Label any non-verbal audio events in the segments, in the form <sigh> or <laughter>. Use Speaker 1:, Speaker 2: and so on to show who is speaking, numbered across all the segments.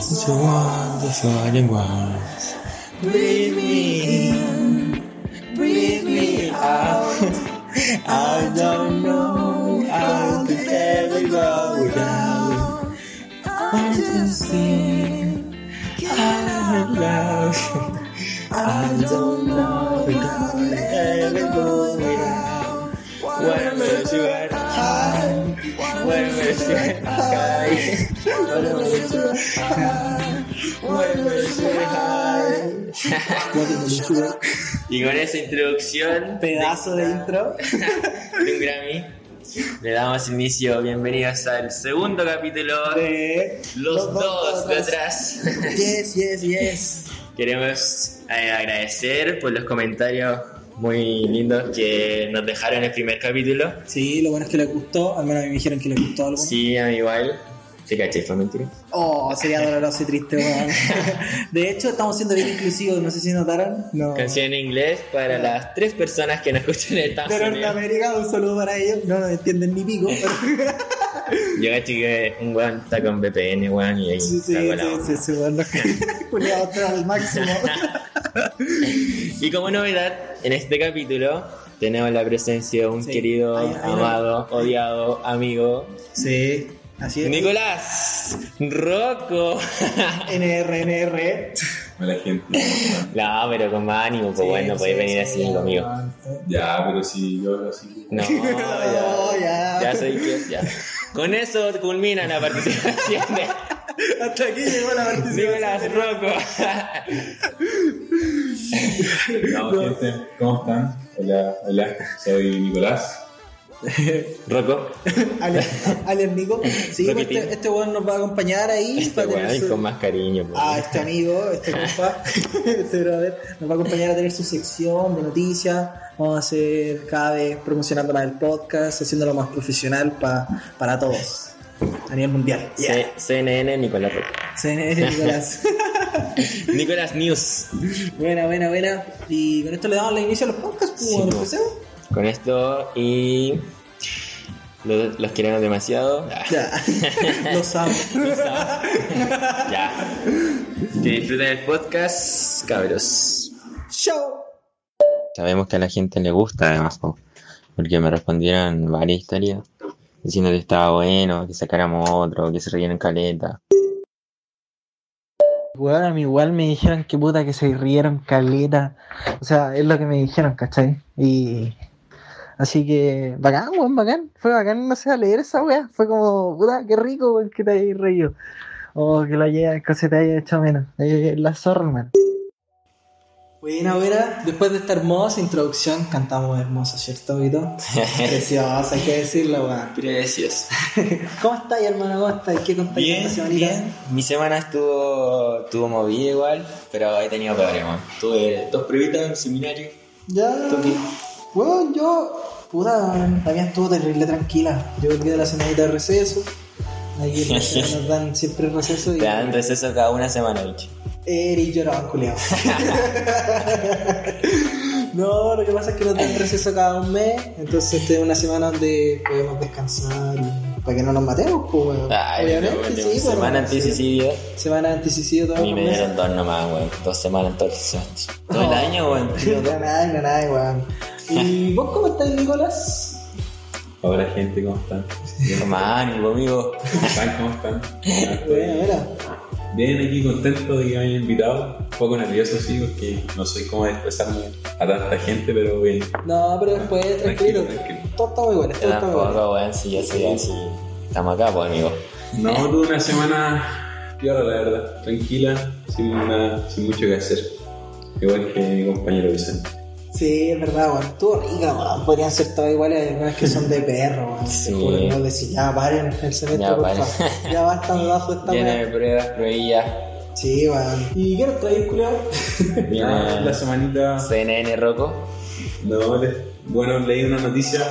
Speaker 1: Such a wonderful and Breathe me in, breathe me out. I don't know how to ever go without. I just think I'm in love. I don't know how to ever go without. Wherever you at, high. Wherever you at, high. Wherever you at, high. Wherever you at, high. Wherever you at, high.
Speaker 2: Y con esa introducción
Speaker 1: Pedazo de intro.
Speaker 2: de un Grammy, le damos inicio. Bienvenidos al segundo capítulo.
Speaker 1: de
Speaker 2: Los, dos de atrás.
Speaker 1: Yes, yes, yes.
Speaker 2: Queremos eh, agradecer por los comentarios muy lindos que nos dejaron en el primer capítulo.
Speaker 1: Sí, lo bueno es que le gustó. Al menos a mí me dijeron que le gustó algo.
Speaker 2: Sí, a mí igual. Se caché, fue mentira.
Speaker 1: Oh, sería doloroso y triste,
Speaker 2: <laughs>
Speaker 1: weón. De hecho, estamos siendo bien inclusivos, no sé si notaron. No.
Speaker 2: Canción en inglés para las tres personas que nos escuchan en
Speaker 1: De
Speaker 2: Estados Unidos.
Speaker 1: Norteamérica, un saludo para ellos. No nos entienden ni pico.
Speaker 2: <laughs>
Speaker 1: pero-
Speaker 2: Yo caché que un weón está con VPN, weón, y ahí
Speaker 1: Sí, sí,
Speaker 2: sacó la
Speaker 1: sí,
Speaker 2: onda.
Speaker 1: sí, sí,
Speaker 2: <laughs>
Speaker 1: weón. Culeados todos al máximo.
Speaker 2: Y como novedad, en este capítulo tenemos la presencia de un
Speaker 1: Sí.
Speaker 2: querido,
Speaker 1: Ahí- ahí lo-
Speaker 2: amado, odiado, amigo,
Speaker 1: Sí, así es.
Speaker 2: Nicolás Rocco.
Speaker 1: NRNR.
Speaker 3: Mala gente. ¿no?
Speaker 2: no, pero con más ánimo, pues bueno, podéis venir así conmigo.
Speaker 3: Ya, pero si yo hablo así.
Speaker 1: <laughs>
Speaker 2: No,
Speaker 1: No,
Speaker 2: ya.
Speaker 1: ya.
Speaker 2: Ya soy quien, ya. Con eso culmina la participación
Speaker 1: <laughs> Hasta aquí llegó la
Speaker 2: de
Speaker 1: participación.
Speaker 2: Nicolás Rocco.
Speaker 3: No, gente, ¿cómo están? Hola, hola, soy Nicolás.
Speaker 2: Rocco,
Speaker 1: Alias alias Nico. Sí, pues
Speaker 2: Repetir.
Speaker 1: este, este weón nos va a acompañar ahí.
Speaker 2: este
Speaker 1: para tener
Speaker 2: weón
Speaker 1: su-
Speaker 2: con más cariño, pues.
Speaker 1: a este amigo, este compa, <laughs> este brother, nos va a acompañar a tener su sección de noticias. Vamos a hacer cada vez promocionando más el podcast, haciéndolo más profesional pa- para todos a nivel mundial. Yeah.
Speaker 2: C- CNN Nicolás Rocco.
Speaker 1: CNN, <laughs>
Speaker 2: <laughs>
Speaker 1: Nicolás.
Speaker 2: Nicolás News.
Speaker 1: buena, buena, buena. Y con esto le damos la inicio a los podcasts, pues,
Speaker 2: Sí,
Speaker 1: ¿no
Speaker 2: po.
Speaker 1: empecemos?
Speaker 2: con esto y lo- los queremos demasiado. Ah,
Speaker 1: Ya, <laughs> los amo.
Speaker 2: <laughs> ya. Que disfruten el podcast, cabros.
Speaker 1: Chao.
Speaker 2: Sabemos que a la gente le gusta además, po, porque me respondieron varias historias diciendo que estaba bueno, que sacáramos otro, que se rieron caleta.
Speaker 4: Weón, a mí igual me dijeron que puta que se rieron caleta. O sea, es lo que me dijeron, ¿cachai? Y. Así que, bacán, weón, bacán. Fue bacán, no sé, leer esa weá. Fue como, puta, qué rico, weón, que te hayas reído. O que lo haya, que se te haya hecho menos. Eh, la zorra, man.
Speaker 1: Buena, buena. Después de esta hermosa introducción, cantamos hermosa, ¿cierto,
Speaker 2: <laughs>
Speaker 1: Vito? Preciosa, hay que decirlo, weón.
Speaker 2: Precios.
Speaker 1: ¿Cómo estáis, hermano? ¿Cómo estáis? ¿Qué contáis?
Speaker 2: Bien,
Speaker 1: esta semanita?
Speaker 2: bien. Mi semana estuvo, estuvo movida igual, pero he tenido peores, man. Tuve dos pruebitas en seminario.
Speaker 1: Ya. Bueno, yo. Puta, weón, la mía estuvo terrible tranquila. Yo volví de la semanita de receso.
Speaker 2: <laughs>
Speaker 1: Ahí en la semana nos dan siempre receso y.
Speaker 2: Te dan receso cada una semana, bicho.
Speaker 1: Eri lloraban
Speaker 2: <laughs>
Speaker 1: culiados. no, lo que pasa es que nos dan receso cada un mes. Entonces, esta es una semana donde podemos descansar y- para que no nos matemos, pues, weón.
Speaker 2: Ay,
Speaker 1: Obviamente,
Speaker 2: weón,
Speaker 1: sí, pero-
Speaker 2: semana anti-suicidio.
Speaker 1: Semana anticidio
Speaker 2: A
Speaker 1: todos
Speaker 2: mí
Speaker 1: los
Speaker 2: me
Speaker 1: meses.
Speaker 2: dieron dos nomás, weón. Dos semanas en todo el semestre. Todo el
Speaker 1: Oh.
Speaker 2: año, weón.
Speaker 1: No, nada, no, nada,
Speaker 2: <laughs>
Speaker 1: weón. ¿Y vos cómo estás, Nicolás?
Speaker 3: Hola, gente, ¿cómo están?
Speaker 2: Toma ánimo, amigo.
Speaker 3: ¿Cómo están? ¿Cómo están?
Speaker 1: Bueno, mira.
Speaker 3: Bien, aquí contento de que me hayan invitado. Un poco nervioso, sí, porque no sé cómo expresarme a tanta gente, pero bien.
Speaker 1: No, pero después, tranquilo.
Speaker 3: Tranquilo, tranquilo.
Speaker 1: Todo está muy bueno,
Speaker 2: Yo
Speaker 1: todo está muy bueno.
Speaker 2: tampoco, weón. Si yo soy así. Estamos acá, pues, amigo.
Speaker 3: No, tuve una semana piola, la verdad. Tranquila, sin, una- sin mucho que hacer. Igual que mi compañero Vicente.
Speaker 1: Sí, es verdad, weón. Estuvo rica, weón. Podrían ser todas iguales, hay algunas que son de perro, weón.
Speaker 2: <laughs> Sí.
Speaker 1: Te juro, no decir, ya paren el semestre,
Speaker 2: Ya
Speaker 1: por
Speaker 2: paren.
Speaker 1: favor. Ya basta debajo
Speaker 2: <laughs>
Speaker 1: de esta
Speaker 2: Llena
Speaker 1: weón.
Speaker 2: de pruebas, pruebillas.
Speaker 1: Sí, weón. ¿Y qué nos traes, culiao?
Speaker 3: Ah,
Speaker 2: Viene
Speaker 3: la semanita
Speaker 2: CNN Rocco.
Speaker 3: No, les- bueno, leí una noticia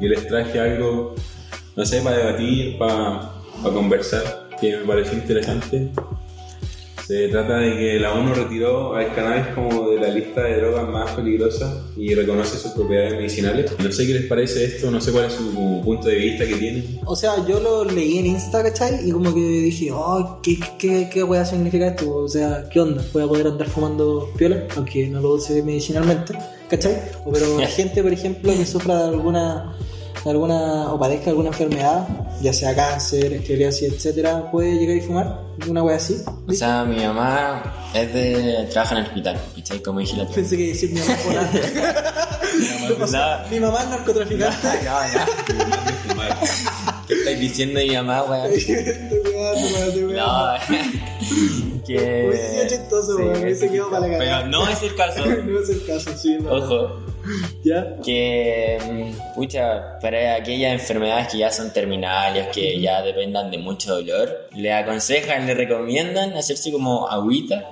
Speaker 3: y les traje algo, no sé, para debatir, para, para conversar, que me pareció interesante. Se trata de que la ONU retiró al cannabis como de la lista de drogas más peligrosas y reconoce sus propiedades medicinales. No sé qué les parece esto, no sé cuál es su como, punto de vista
Speaker 1: <laughs>
Speaker 3: que tienen.
Speaker 1: O sea, yo lo leí en Insta, ¿cachai? Y como que dije, oh, ¿qué, qué, qué wea significa esto? O sea, ¿qué onda? ¿Voy a poder andar fumando piola? Aunque no lo use medicinalmente, ¿cachai? O,
Speaker 2: <laughs>
Speaker 1: pero la gente, por ejemplo, que sufra de alguna, de alguna o padezca alguna enfermedad, ya sea cáncer, esclerosis, etcétera, puede llegar y fumar una wea así.
Speaker 2: O sea, mi mamá es de. trabaja en el hospital, ¿cachai? Como vigilancia.
Speaker 1: Pensé que iba a decir mi mamá por
Speaker 2: <laughs>
Speaker 1: algo. <laughs> O sea, Mi mamá es narcotraficante.
Speaker 2: ¿Qué estáis diciendo mi mamá, weón?
Speaker 1: Te este weá, te weá, te weá.
Speaker 2: No, <laughs> que.
Speaker 1: Hubiese sido chistoso,
Speaker 2: Sí,
Speaker 1: weón, hubiese quedado para la
Speaker 2: Pero
Speaker 1: cagada.
Speaker 2: no es el caso.
Speaker 1: <laughs> No es el caso, sí, no.
Speaker 2: Ojo,
Speaker 1: ¿Ya?
Speaker 2: que. mm, Pucha, para aquellas enfermedades que ya son terminales, que ya dependan de mucho dolor, le aconsejan, le recomiendan hacerse como agüita.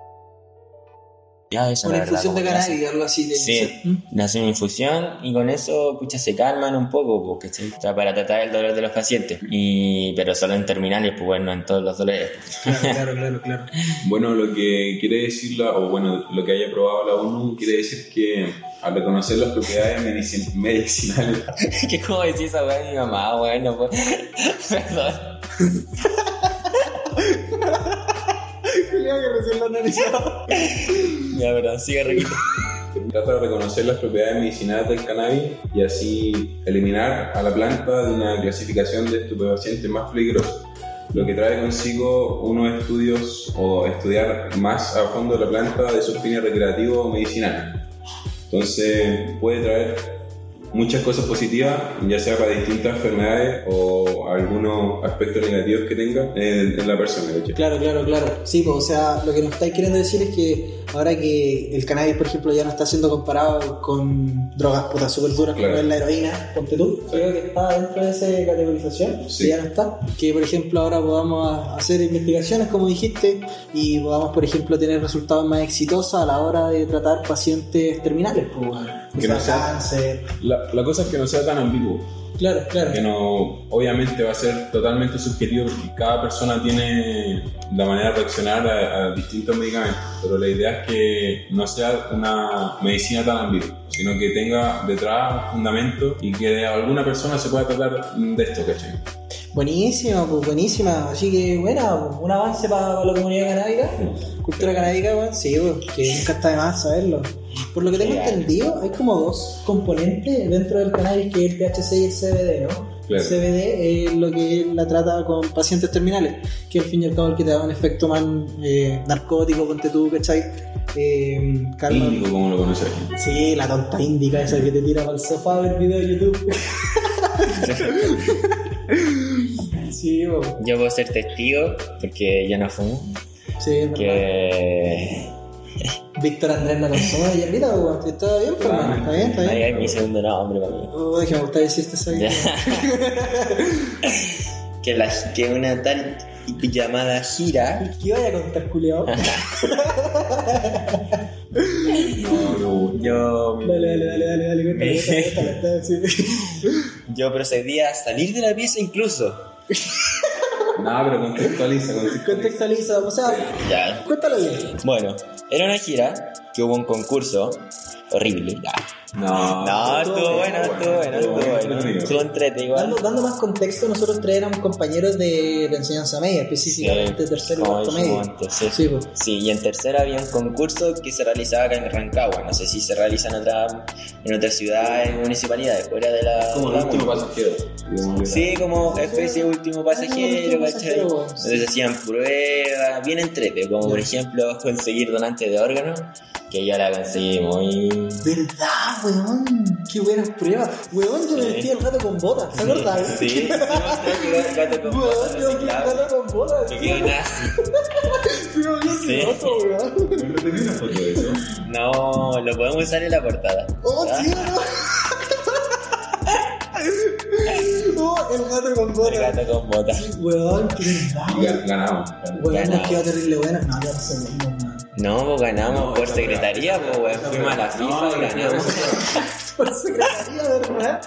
Speaker 2: Ya, eso
Speaker 1: Una
Speaker 2: la verdad,
Speaker 1: infusión de
Speaker 2: como que no sé.
Speaker 1: cannabis, algo así. le
Speaker 2: Sí,
Speaker 1: dicen.
Speaker 2: le hacen una infusión y con eso, pucha, se calman un poco, po, ¿cachai? O sea, para tratar el dolor de los pacientes. Y, pero solo en terminales, pues bueno, en todos los dolores.
Speaker 1: Claro, claro, claro, claro.
Speaker 3: Bueno, lo que quiere decir la, o bueno, lo que haya aprobado la ONU quiere decir que al reconocer las propiedades medicin- medicinales
Speaker 2: <laughs> ¿Qué cómo decís esa weá de mi mamá, bueno, pues. <laughs>
Speaker 1: <laughs>
Speaker 2: Perdón.
Speaker 1: Julián, que recién lo analizado.
Speaker 2: <laughs> Ya, perdón, sigue riquito.
Speaker 3: Trata de reconocer las propiedades medicinales del cannabis y así eliminar a la planta de una clasificación de estupefacientes más peligrosos, lo que trae consigo unos estudios o estudiar más a fondo la planta de sus fines recreativos o medicinales. Entonces puede traer muchas cosas positivas, ya sea para distintas enfermedades o algunos aspectos negativos que tenga en, en la persona. ¿cachai?
Speaker 1: Claro, claro, claro. Sí, pues, o sea, lo que nos estáis queriendo decir es que ahora que el cannabis, por ejemplo, ya no está siendo comparado con drogas putas súper duras
Speaker 3: Claro.
Speaker 1: como es la heroína, ponte tú, creo que está dentro de esa categorización,
Speaker 3: Sí.
Speaker 1: que ya no está. Que, por ejemplo, ahora podamos hacer investigaciones, como dijiste, y podamos, por ejemplo, tener resultados más exitosos a la hora de tratar pacientes terminales, pues, bueno. O
Speaker 3: Que no
Speaker 1: sea,
Speaker 3: sea-
Speaker 1: cáncer.
Speaker 3: La, la cosa es que no sea tan ambiguo.
Speaker 1: Claro, claro.
Speaker 3: que no obviamente va a ser totalmente subjetivo porque cada persona tiene la manera de reaccionar a, a distintos medicamentos, pero la idea es que no sea una medicina tan ambigua, sino que tenga detrás un fundamento y que de alguna persona se pueda tratar de esto, ¿cachai?
Speaker 1: Buenísima, pues buenísima. Así que, bueno, pues, un avance para la comunidad canábica. Cultura canábica, weón, sí, weón, que nunca está de más saberlo. Por lo que tengo
Speaker 2: Claro.
Speaker 1: entendido, hay como dos componentes dentro del cannabis, que es el THC y el CBD, ¿no?
Speaker 3: Claro.
Speaker 1: El CBD es lo que es la trata con pacientes terminales, que al fin y al cabo es el que te da un efecto más eh, narcótico, ponte tú, ¿cachai? Eh, calma.
Speaker 3: Índico como lo conoce la gente.
Speaker 1: Sí, la tonta índica esa que te tira para el sofá del video de
Speaker 2: <laughs>
Speaker 1: YouTube. sí, weón.
Speaker 2: Yo puedo ser testigo, porque yo no fumo,
Speaker 1: Sí, es verdad.
Speaker 2: que.
Speaker 1: Víctor Andrés no consume de hierbita, weón. ¿Está bien, Fernando? ¿Está bien? ¿Está
Speaker 2: Ahí
Speaker 1: bien?
Speaker 2: hay mi segundo nombre para mí.
Speaker 1: Oh, déjame gustar decirte eso.
Speaker 2: Ya. <laughs> que, la, que una tal llamada gira.
Speaker 1: <laughs> ¿Qué vaya a contar, culiao?
Speaker 3: No, yo-
Speaker 2: Yo,
Speaker 1: Dale, dale, dale, dale, dale, cuéntale,
Speaker 2: <laughs>
Speaker 1: cuéntale, cuéntale, cuéntale, sí. <laughs>
Speaker 2: yo procedía a salir de la pieza incluso.
Speaker 3: Nada, pero contextualiza, contextualiza.
Speaker 1: Contextualiza, o sea,
Speaker 2: Ya,
Speaker 1: cuéntalo bien.
Speaker 2: Bueno, era una gira que hubo un concurso horrible. ya.
Speaker 3: No,
Speaker 2: No,
Speaker 1: estuvo
Speaker 2: estuvo
Speaker 1: bueno,
Speaker 2: bueno, estuvo bueno, estuvo bueno.
Speaker 3: entretenido.
Speaker 2: Estuvo entrete igual.
Speaker 1: Dando, dando más contexto, nosotros tres éramos compañeros de, de enseñanza media, específicamente tercero y
Speaker 2: como
Speaker 1: cuarto
Speaker 2: dijimos
Speaker 1: medio.
Speaker 2: antes, sí.
Speaker 1: Sí, pues.
Speaker 2: Sí, y en tercera había un concurso que se realizaba acá en Rancagua. No sé si se realiza en, otra, en otras ciudades, municipalidades, fuera de la.
Speaker 3: Como el
Speaker 2: la-
Speaker 3: último pasajero.
Speaker 2: Sí, como especie de último pasajero,
Speaker 1: Último
Speaker 2: ¿cachai?
Speaker 1: pasajero, bueno, sí.
Speaker 2: Entonces hacían pruebas, bien entrete, como por ejemplo <laughs> conseguir donantes de órganos, que yo la conseguí muy
Speaker 1: ¿Verdad, weón? Qué buenas pruebas. Weón, yo me
Speaker 2: Sí.
Speaker 1: vestí el gato con botas, ¿te acordás?
Speaker 2: Sí, sí, el gato con botas
Speaker 1: Weón, yo vestí el
Speaker 2: reciclables.
Speaker 1: gato con botas.
Speaker 2: Me quedo nazi.
Speaker 1: Sí, me vi
Speaker 2: Sí.
Speaker 1: asqueroso, weón.
Speaker 3: ¿Tenía una foto de eso?
Speaker 2: No, lo podemos usar en la portada.
Speaker 1: Oh,
Speaker 2: Ah,
Speaker 1: sí, no. oh, el gato con
Speaker 2: El
Speaker 1: bola.
Speaker 2: gato con botas.
Speaker 1: Weón, qué
Speaker 3: Y
Speaker 1: verdad.
Speaker 3: gan- Ganamos.
Speaker 1: Weón, nos
Speaker 2: Ganado.
Speaker 1: quedó terrible buena. No, ya no sé, no, no.
Speaker 2: No, pues ganamos
Speaker 3: No,
Speaker 2: por
Speaker 3: no,
Speaker 2: secretaría, pues weón.
Speaker 3: no,
Speaker 2: Fuimos a la
Speaker 3: no,
Speaker 2: FIFA
Speaker 3: no,
Speaker 2: y
Speaker 3: no,
Speaker 2: ganamos.
Speaker 1: Por secretaría, ¿verdad?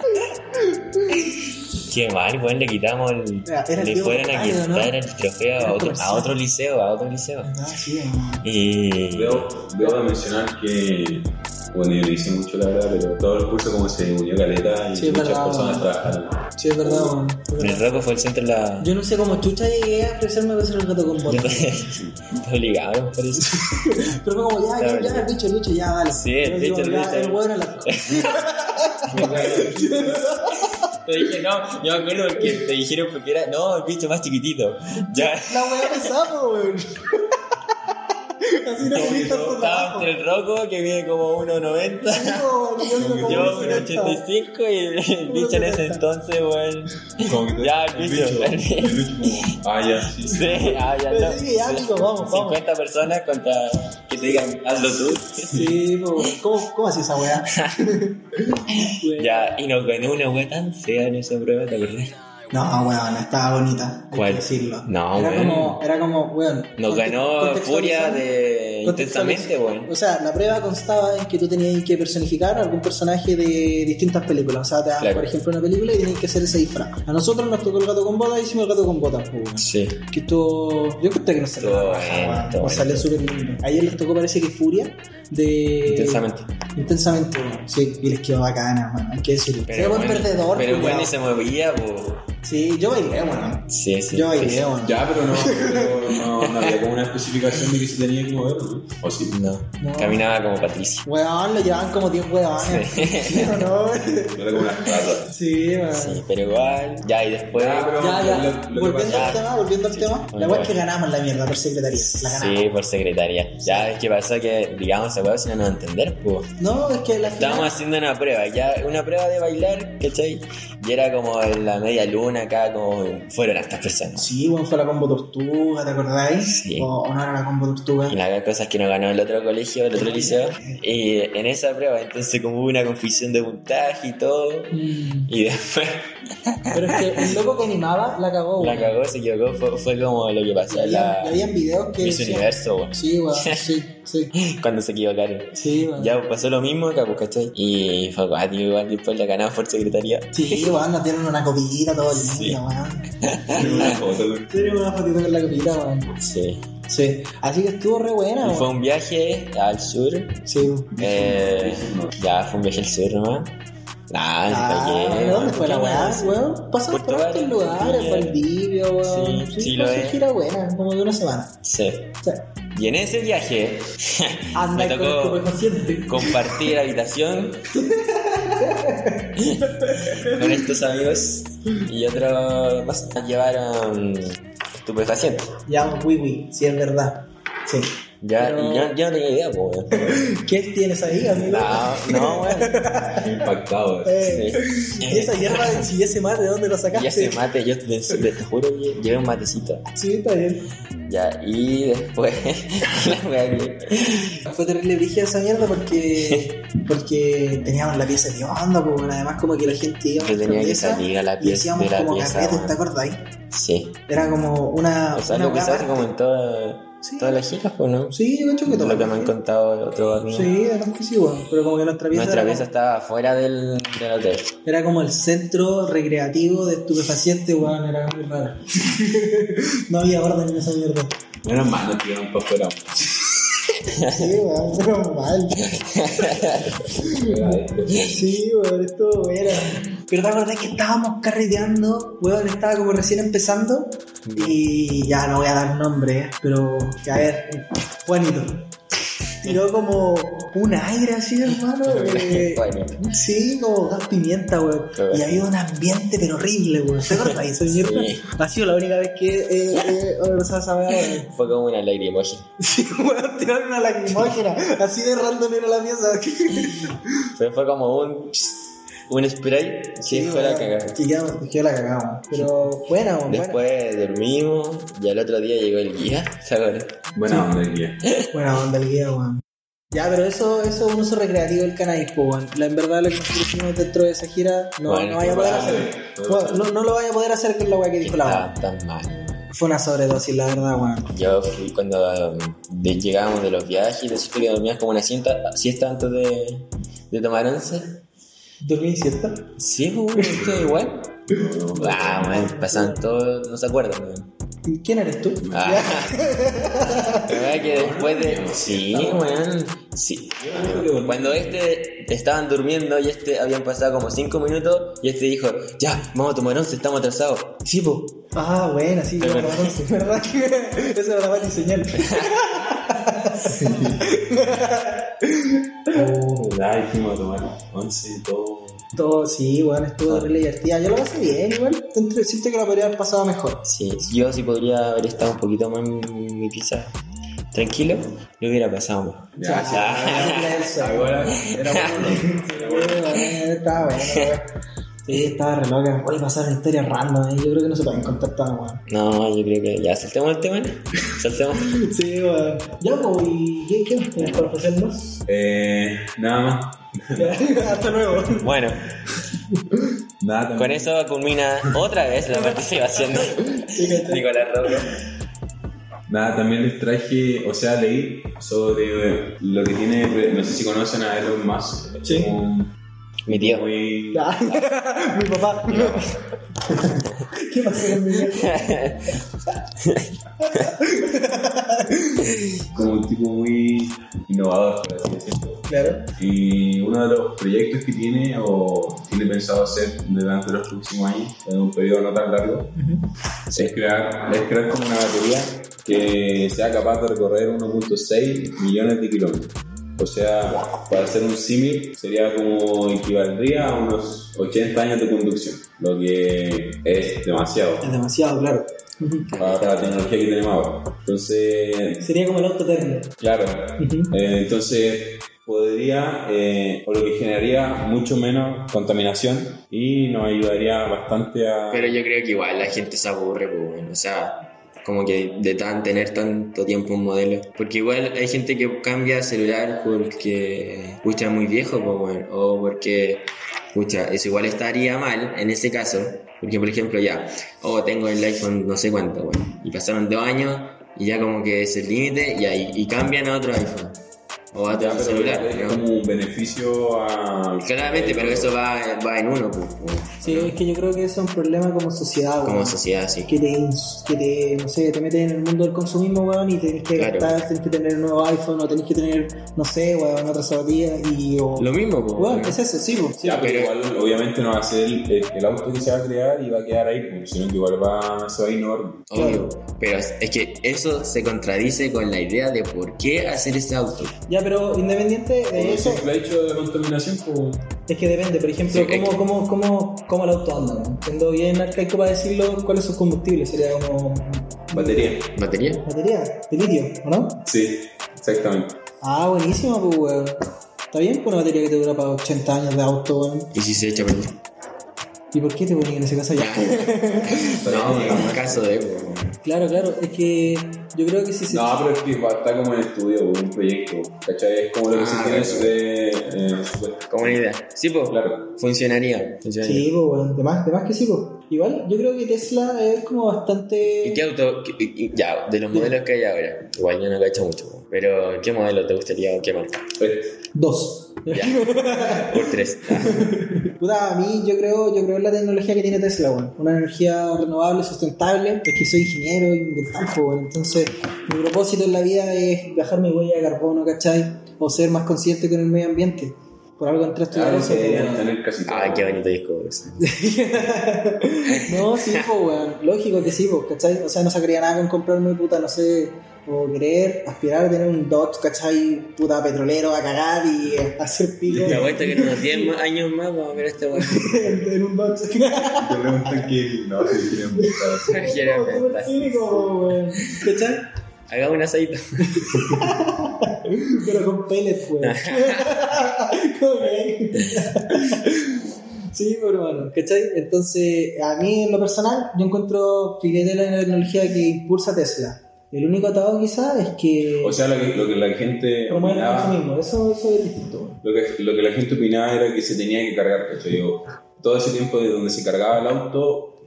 Speaker 2: Qué mal, weón, le quitamos el.
Speaker 1: Era- era el
Speaker 2: le
Speaker 1: tío
Speaker 2: fueron a
Speaker 1: Tocayo, ¿no?
Speaker 2: quitar el trofeo
Speaker 1: Era
Speaker 2: a otro, a
Speaker 1: comercial.
Speaker 2: otro liceo, a otro liceo.
Speaker 1: Ah, sí, hermano.
Speaker 2: Y.
Speaker 3: Debo, debo de mencionar que, bueno, yo le hice mucho la verdad, pero todo el curso como se unió caleta y
Speaker 1: Sí, es
Speaker 3: muchas
Speaker 1: verdad.
Speaker 3: personas trabajaron.
Speaker 1: Sí, es verdad, weón. Es
Speaker 2: El
Speaker 1: verdad.
Speaker 2: roco fue el centro de la.
Speaker 1: Yo no sé cómo chucha llegué a ofrecerme a hacer el gato con botas.
Speaker 2: <laughs> Te obligaron por eso.
Speaker 1: Pero fue como, ya, ya,
Speaker 2: Claro.
Speaker 1: ya, el bicho, el bicho, ya, vale.
Speaker 2: Sí, el
Speaker 1: Pero
Speaker 2: bicho,
Speaker 1: digo,
Speaker 2: el
Speaker 1: ya,
Speaker 2: bicho.
Speaker 1: El weón a la.
Speaker 2: Te dije, no, yo me acuerdo que te dijeron porque era. No, el bicho más chiquitito. Ya.
Speaker 1: La weá de sapo, weón. Así no fui tanto
Speaker 2: Estaba
Speaker 1: trabajo.
Speaker 2: entre el roco que mide como 1.90.
Speaker 1: Digo, weón, yo
Speaker 2: <laughs>
Speaker 1: como
Speaker 2: Yo un
Speaker 1: 60.
Speaker 2: 85 y el bicho en ese entonces, weón.
Speaker 3: Como que
Speaker 2: Ya, el bicho.
Speaker 3: El bicho, el bicho como, ah, ya, sí.
Speaker 2: Sí, ah, ya
Speaker 1: Pero
Speaker 2: no.
Speaker 1: sí, ya, amigo, vamos, vamos.
Speaker 2: 50 personas contra que te digan, hazlo tú.
Speaker 1: Sí, po, weón. ¿Cómo, cómo hacía esa weá? Weón.
Speaker 2: Ya, y nos ganó una wea tan fea en esa prueba, ¿te acordás?
Speaker 1: No, weón, estaba bonita. Hay
Speaker 2: ¿Cuál?
Speaker 1: que decirlo.
Speaker 2: No,
Speaker 1: era
Speaker 2: weón.
Speaker 1: como, era como, weón.
Speaker 2: Nos
Speaker 1: conte-
Speaker 2: ganó
Speaker 1: contextualizando-
Speaker 2: Furia de Intensamente,
Speaker 1: contextualiz-
Speaker 2: weón.
Speaker 1: O sea, la prueba constaba en que tú tenías que personificar algún personaje de distintas películas. O sea, te daban,
Speaker 2: Claro.
Speaker 1: por ejemplo, una película y tenías que hacer ese disfraz. A nosotros nos tocó el gato con botas y hicimos el gato con botas, po, weón.
Speaker 2: Sí.
Speaker 1: Que esto. Yo creo que no salió.
Speaker 2: Todo
Speaker 1: la raja,
Speaker 2: bien,
Speaker 1: weón.
Speaker 2: todo
Speaker 1: Nos salió súper lindo. Ayer les tocó, parece que Furia de.
Speaker 2: Intensamente.
Speaker 1: Intensamente, weón. Sí, y les quedó bacana, weón. Hay que decirlo. Era buen
Speaker 2: bueno,
Speaker 1: perdedor,
Speaker 2: Pero
Speaker 1: culiao.
Speaker 2: bueno, y se movía, po.
Speaker 1: Sí, yo bailé, weón.
Speaker 2: Sí, sí.
Speaker 1: Yo bailé, weón.
Speaker 3: Ya, pero no, pero no, no había como una especificación de que se tenía que mover, ¿no? O sí.
Speaker 2: No.
Speaker 1: No.
Speaker 2: Caminaba como Patricia.
Speaker 1: Weón, lo llevaban como 10 weones. <laughs> Sí, ¿o
Speaker 2: <laughs>
Speaker 1: no?
Speaker 3: Era como una estatua.
Speaker 1: Sí, weón.
Speaker 2: Sí, pero igual. Ya, y después.
Speaker 3: Ya, pero-
Speaker 1: Ya, ya.
Speaker 3: Lo- lo que
Speaker 1: volviendo
Speaker 2: pasa-
Speaker 1: al tema, volviendo al tema. La weá es que ganamos la mierda por secretaría. La ganamos.
Speaker 2: Sí, por secretaria. Ya, es que pasó que, digamos, se puede si no nos va a entender, po.
Speaker 1: No, es que la
Speaker 2: Estábamos
Speaker 1: final.
Speaker 2: haciendo una prueba, ya una prueba de bailar, ¿cachai? Y era como en la media luna acá, como fueron estas personas.
Speaker 1: Sí, weón, fue la combo tortuga, ¿te acordáis?
Speaker 2: Sí.
Speaker 1: O, o no era la combo tortuga.
Speaker 2: Y la cosa es que nos ganó el otro colegio, el otro liceo. Y en esa prueba, entonces como hubo una confusión de puntaje y todo.
Speaker 1: Mm,
Speaker 2: Y <laughs> después
Speaker 1: Pero es que el loco que animaba la cagó,
Speaker 2: la
Speaker 1: weón.
Speaker 2: cagó, se equivocó, fue, fue como lo que
Speaker 1: Y
Speaker 2: pasó en
Speaker 1: había-
Speaker 2: la
Speaker 1: y habían videos que.
Speaker 2: Miss
Speaker 1: decían-
Speaker 2: Universo, weón,
Speaker 1: Sí,
Speaker 2: <laughs>
Speaker 1: weón, sí, sí.
Speaker 2: cuando se equivocaron.
Speaker 1: Sí, weón.
Speaker 2: Ya pasó lo mismo acá, pues, ¿cachai? Y fue cuático, igual después la ganamos por secretaría.
Speaker 1: Sí, weón, nos dieron una copita todo el
Speaker 2: Sí.
Speaker 1: día, weón.
Speaker 3: Era una foto, güey.
Speaker 1: Tenemos una fotito con la copita, weón.
Speaker 2: Sí.
Speaker 1: Sí. Así que estuvo re buena,
Speaker 2: Y fue
Speaker 1: weón.
Speaker 2: un viaje al sur,
Speaker 1: Sí, weón.
Speaker 2: Eh, ya fue un viaje al sur nomás. Nah,
Speaker 1: Ah,
Speaker 2: está bien,
Speaker 1: ¿Dónde fue la
Speaker 2: ¿qué
Speaker 1: weá,
Speaker 2: más?
Speaker 1: weón? Pasaron por
Speaker 2: Puerto
Speaker 1: hartos
Speaker 2: Varas,
Speaker 1: lugares,
Speaker 2: Viña.
Speaker 1: Valdivia, weón.
Speaker 2: Sí,
Speaker 1: fue
Speaker 2: sí, lo
Speaker 1: su
Speaker 2: es.
Speaker 1: gira buena, como de una semana.
Speaker 2: Sí.
Speaker 1: O sea,
Speaker 2: Y en ese viaje
Speaker 1: anda
Speaker 2: me
Speaker 1: con el
Speaker 2: tocó
Speaker 1: estupefaciente.
Speaker 2: compartir habitación con estos amigos y otros más llevaron estupefacientes.
Speaker 1: Ya, oui, oui, sí, es verdad. Sí.
Speaker 2: Ya,
Speaker 1: Pero-
Speaker 2: y yo, yo no tenía idea, po,
Speaker 1: <laughs>
Speaker 2: weón.
Speaker 1: ¿Qué tienes ahí, amigo?
Speaker 2: No, no, weón.
Speaker 3: Impactado.
Speaker 1: <laughs>
Speaker 3: güey.
Speaker 1: Eh,
Speaker 2: Sí.
Speaker 1: <laughs> ¿Y esa hierba, si ese mate, dónde lo sacaste?
Speaker 2: <laughs> Y ese
Speaker 1: <laughs>
Speaker 2: mate, yo te, te juro que llevé un matecito.
Speaker 1: Sí, está bien.
Speaker 2: Ya, y después <laughs> la wea que-
Speaker 1: Fue terrible brígida esa mierda
Speaker 2: <laughs>
Speaker 1: porque, porque teníamos la pieza de onda, pues, bueno, además como que la gente iba
Speaker 2: Yo
Speaker 1: nuestra
Speaker 2: tenía que
Speaker 1: pieza
Speaker 2: salir a la
Speaker 1: y
Speaker 2: pieza
Speaker 1: hacíamos
Speaker 2: de la
Speaker 1: como
Speaker 2: pieza.
Speaker 1: carretes,
Speaker 2: weón.
Speaker 1: ¿te acordáis?
Speaker 2: Sí.
Speaker 1: Era como una...
Speaker 2: O sea,
Speaker 1: una
Speaker 2: lo que
Speaker 1: weá
Speaker 2: se hace
Speaker 1: aparte.
Speaker 2: como en toda-
Speaker 1: Sí.
Speaker 2: todas las giras, ¿o no?
Speaker 1: Sí, yo creo que todo.
Speaker 2: Lo que me han contado otros amigos.
Speaker 1: Sí, era que sí, weón. Pero como que nuestra pieza,
Speaker 2: Nuestra
Speaker 1: era,
Speaker 2: pieza estaba fuera del, del hotel.
Speaker 1: Como, era como el centro recreativo de estupefacientes, weón. Era muy raro. <laughs> no había orden en esa mierda.
Speaker 3: Menos mal nos tiraron para afuera.
Speaker 1: Sí, weón, pero mal. Sí, weón, estuvo bueno. Pero te acordás que estábamos carreteando, weón, estaba como recién empezando. Y ya no voy a dar nombre, eh, pero a ver, Juanito. Tiró como un aire así,
Speaker 2: <laughs>
Speaker 1: hermano. eh, de-
Speaker 2: Bueno,
Speaker 1: Sí, como gas pimienta, weón.
Speaker 2: Qué bueno.
Speaker 1: Y había un ambiente, pero horrible, weón. ¿Te acuerdas de esa mierda?
Speaker 2: Sí.
Speaker 1: Ha sido la única vez que eh, eh, he pasado esa weá, weón.
Speaker 2: fue como una lacrimosa.
Speaker 1: <laughs> Sí, weón, tiraron una lacrimógena. Así de random era la pieza.
Speaker 2: Pero fue como un, un spray que fue la
Speaker 1: weón.
Speaker 2: cagada.
Speaker 1: Que quedamos- que la cagamos. Pero bueno, weón, bueno.
Speaker 2: Después dormimos y al otro día llegó el guía. ¿Se acuerdan?
Speaker 3: Buena onda el guía.
Speaker 1: Buena onda el guía, weón. Ya, pero eso, eso es un uso recreativo del cannabis, po, weón. La en verdad lo que nosotros hicimos dentro de esa gira no,
Speaker 2: Bueno,
Speaker 1: no vaya a poder
Speaker 2: bueno,
Speaker 1: hacer. Bueno, no, no lo vaya a poder hacer con la weá que dijo la weá.
Speaker 2: Estaba tan mal.
Speaker 1: Fue una sobredosis, la verdad, weón.
Speaker 2: Yo fui cuando um, de- llegábamos de los viajes, decía que dormías como una siesta, siesta antes de, de tomar once.
Speaker 1: ¿Dormí siesta?
Speaker 2: Sí, pues, bueno, esto es igual. Ah, weón, pasan todos, no se acuerdan, weón.
Speaker 1: ¿Quién eres tú?
Speaker 2: Ah. <laughs> La verdad que después de. Sí, weón. Sí. Cuando este estaban durmiendo y este habían pasado como 5 minutos y este dijo, ya, vamos a tomar once, estamos atrasados. Sí, po.
Speaker 1: Ah, bueno, sí, yo me acuerdo, sí, verdad <laughs> que eso era la mala señal.
Speaker 3: Oh, ¿verdad? Dijimos a tomar 11 y todo.
Speaker 1: Todo, sí, bueno,
Speaker 3: Ah.
Speaker 1: estuvo re divertida. Yo lo pasé bien, igual. Entre- Siento que lo podría haber pasado mejor.
Speaker 2: Sí, yo sí podría haber estado un poquito más en mi, mi pieza. Tranquilo, lo hubiera pasado. weón.
Speaker 3: Ya, sí.
Speaker 1: Ya.
Speaker 3: Ahora era bueno. ¿no?
Speaker 1: <laughs>
Speaker 3: Era
Speaker 1: Sí,
Speaker 3: bueno.
Speaker 1: bueno, estaba bueno, weón. Sí, estaba re loca. Hoy pasaron historias random, eh. yo creo que no se pueden contar tan weón.
Speaker 2: No, yo creo que ya saltemos el tema, <laughs> ¿no? Saltemos.
Speaker 1: Sí, weón. Ya, pues, ¿y qué, qué? ¿Tienes para ofrecernos?
Speaker 3: <laughs> Eh, nada más.
Speaker 1: Hasta luego.
Speaker 2: Bueno,
Speaker 3: Nada también.
Speaker 2: con eso culmina otra vez la participación de Nicolás Roca.
Speaker 3: Nada, también les traje, o sea, leí sobre eh, lo que tiene, no sé si conocen a Elon Musk.
Speaker 1: Sí.
Speaker 3: Es un-
Speaker 2: Mi tío.
Speaker 3: Muy...
Speaker 1: Ya. mi papá. ¿Qué pasó con mi papá?
Speaker 3: como un tipo muy innovador, por así decirlo.
Speaker 1: Claro.
Speaker 3: Y uno de los proyectos que tiene o tiene pensado hacer durante los próximos años, en un periodo no tan largo, es, crear, es crear como una batería que sea capaz de recorrer 1.6 millones de kilómetros. O sea, para hacer un símil sería como equivaldría a unos 80 años de conducción, lo que es demasiado
Speaker 1: Es demasiado, claro.
Speaker 3: para para la tecnología que tenemos ahora. Entonces,
Speaker 1: Sería como el auto eterno.
Speaker 3: Claro.
Speaker 1: Ujú.
Speaker 3: Eh, entonces podría, eh, o lo que generaría mucho menos contaminación y nos ayudaría bastante a...
Speaker 2: Pero yo creo que igual la gente se aburre, pues, bueno, o sea, como que de tan tener tanto tiempo un modelo. Porque igual hay gente que cambia celular porque pucha es muy viejo, pues, bueno, o porque pucha, eso igual estaría mal en ese caso. Porque, por ejemplo, ya, oh, tengo el iPhone no sé cuánto, bueno, y pasaron dos años y ya como que es el límite y, ahí- y cambian a otro iPhone o a
Speaker 3: Ya,
Speaker 2: otro
Speaker 3: pero
Speaker 2: celular.
Speaker 3: es
Speaker 2: ¿no?
Speaker 3: como un beneficio a...
Speaker 2: Claramente, pero eso va, va en uno, pues, bueno,
Speaker 1: Sí, es que yo creo que eso es un problema como sociedad, weón.
Speaker 2: como sociedad, sí.
Speaker 1: Que te, ins- que te, no sé, te metes en el mundo del consumismo, weón, y tenés que
Speaker 2: Claro.
Speaker 1: gastar, tenés que tener un nuevo iPhone, o tenés que tener, no sé, weón, otra zapatilla, y o...
Speaker 2: Lo mismo, pues,
Speaker 1: Weón, es eso, sí, weón. Sí,
Speaker 3: Ya, pero
Speaker 2: Pero-
Speaker 3: igual obviamente no va a ser el, el- el auto que se va a crear y va a quedar ahí, pues, sino que igual va, se va a innovar.
Speaker 2: Obvio, pero es es que eso se contradice con la idea de por qué hacer ese auto.
Speaker 1: Ya, pero independiente
Speaker 3: Por
Speaker 1: de
Speaker 3: el
Speaker 1: eso,
Speaker 3: simple hecho de la contaminación, pues,
Speaker 1: es que depende, por ejemplo,
Speaker 2: Sí, es
Speaker 1: cómo,
Speaker 2: que-
Speaker 1: cómo, cómo, cómo el auto anda, weón. Siendo bien arcaico para decirlo, cuáles son sus combustibles, sería como...
Speaker 3: batería.
Speaker 2: ¿Batería?
Speaker 1: Batería, de litio, ¿o no?
Speaker 3: Sí, exactamente.
Speaker 1: Ah, buenísimo, pues, weón. Está bien por una batería que te dura para 80 años de auto, weón.
Speaker 2: ¿Y si se echa a perder?
Speaker 1: ¿Y por qué te ponían en ese caso
Speaker 2: <laughs>
Speaker 1: ya?
Speaker 2: No, en el caso de. pues,
Speaker 1: claro, claro, es que yo creo que si se.
Speaker 3: No, pero es que va a estar como en estudio, pues, un proyecto. ¿Cachai? Es como lo que
Speaker 2: Ah,
Speaker 3: se tiene de. Eh, pues,
Speaker 2: Como una idea. Sí, pues.
Speaker 3: Oh, Claro.
Speaker 2: Funcionaría. funcionaría.
Speaker 1: Sí, pues, weón, de más, de más que sí, pues. Igual, yo creo que Tesla es como
Speaker 2: ¿Y qué
Speaker 1: bastante.
Speaker 2: auto? qué- y- y- ya, de los modelos que hay ahora. Igual yo no cacho mucho. pues, Pero, ¿qué modelo te gustaría o qué marca?
Speaker 3: Pues,
Speaker 1: Dos.
Speaker 2: Ya.
Speaker 1: <laughs>
Speaker 2: Por tres.
Speaker 1: Puta, a mí yo creo, yo creo en la tecnología que tiene Tesla, weón. Una energía renovable, sustentable. Es que soy ingeniero y del campo, weón. Entonces, mi propósito en la vida es dejar mi huella de carbono, ¿cachai? O ser más consciente con el medio ambiente. Por algo entré a estudiar
Speaker 3: claro,
Speaker 1: eso,
Speaker 3: Ah, que deberían
Speaker 1: weón.
Speaker 3: tener casi todo.
Speaker 2: Ah, qué bonito disco. pues.
Speaker 1: no, sí, po, weón. Lógico que sí, po, ¿cachai? O sea, no sacaría nada con comprarme, puta, no sé, o querer aspirar a tener un Dodge, ¿cachai? Puta petrolero a cagar y hacer pico
Speaker 2: La vuelta que en unos 10 ma- años más vamos a ver a
Speaker 1: <laughs>
Speaker 2: este weón.
Speaker 1: en un Dodge.
Speaker 3: <laughs> Te preguntan que no se quieren buscar
Speaker 1: <laughs>
Speaker 3: así.
Speaker 2: <laughs> Quiero
Speaker 1: Súper
Speaker 2: pensar.
Speaker 1: cínico, po, weón. ¿Cachai?
Speaker 2: Hagamos un asadito.
Speaker 1: Pero con pues. pellets, weón. Como que- Sí, pero bueno, ¿cachai? Entonces, a mí en lo personal, yo encuentro filete la tecnología que impulsa Tesla. El único atado quizá es que
Speaker 3: O sea, lo que, lo que la gente
Speaker 1: promueve el
Speaker 3: opinaba.
Speaker 1: consumismo. Eso, eso es distinto. weón.
Speaker 3: Lo que, lo que la gente opinaba era que se tenía que cargar, ¿cachai? Yo, todo ese tiempo de donde se cargaba el auto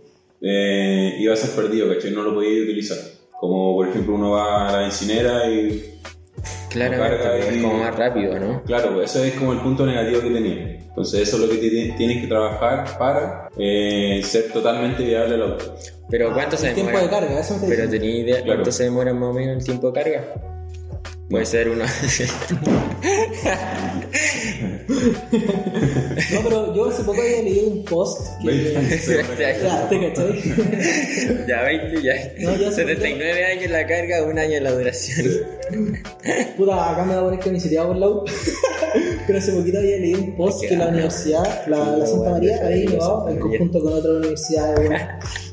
Speaker 3: eh, iba a ser perdido, ¿cachai? No lo podía utilizar. Como por ejemplo uno va a la encinera y
Speaker 2: Claramente,
Speaker 3: carga
Speaker 2: pues,
Speaker 3: y-
Speaker 2: es como más rápido, ¿no?
Speaker 3: Claro, pues, ese es como el punto negativo que tenía. Entonces eso es lo que ti- tienes que trabajar para eh, ser totalmente viable al auto.
Speaker 2: Pero ¿cuánto se
Speaker 1: Ah, El tiempo
Speaker 2: demora?
Speaker 1: de carga, eso te
Speaker 2: Pero
Speaker 1: digo.
Speaker 2: tenía idea
Speaker 3: Claro.
Speaker 2: cuánto se demora más o menos el tiempo de carga. Puede ser <laughs> una.
Speaker 1: No, pero yo hace poco había leído un post
Speaker 3: <laughs>
Speaker 2: <laughs>
Speaker 1: que. Ya, ¿te cachai?
Speaker 2: ya 20, ya.
Speaker 1: No, ya se
Speaker 2: 79 años la carga, un año la duración.
Speaker 1: Puta, acá me voy a poner camiseta por la
Speaker 2: <laughs>
Speaker 1: U. Pero hace poquito había leído un post
Speaker 2: Qué
Speaker 1: que la
Speaker 2: hambre.
Speaker 1: universidad, la, la
Speaker 2: No,
Speaker 1: Santa
Speaker 2: bueno,
Speaker 1: María,
Speaker 2: deja
Speaker 1: había
Speaker 2: de ir a
Speaker 1: innovado
Speaker 2: Santa
Speaker 1: en
Speaker 2: María.
Speaker 1: conjunto con otra universidad, weón,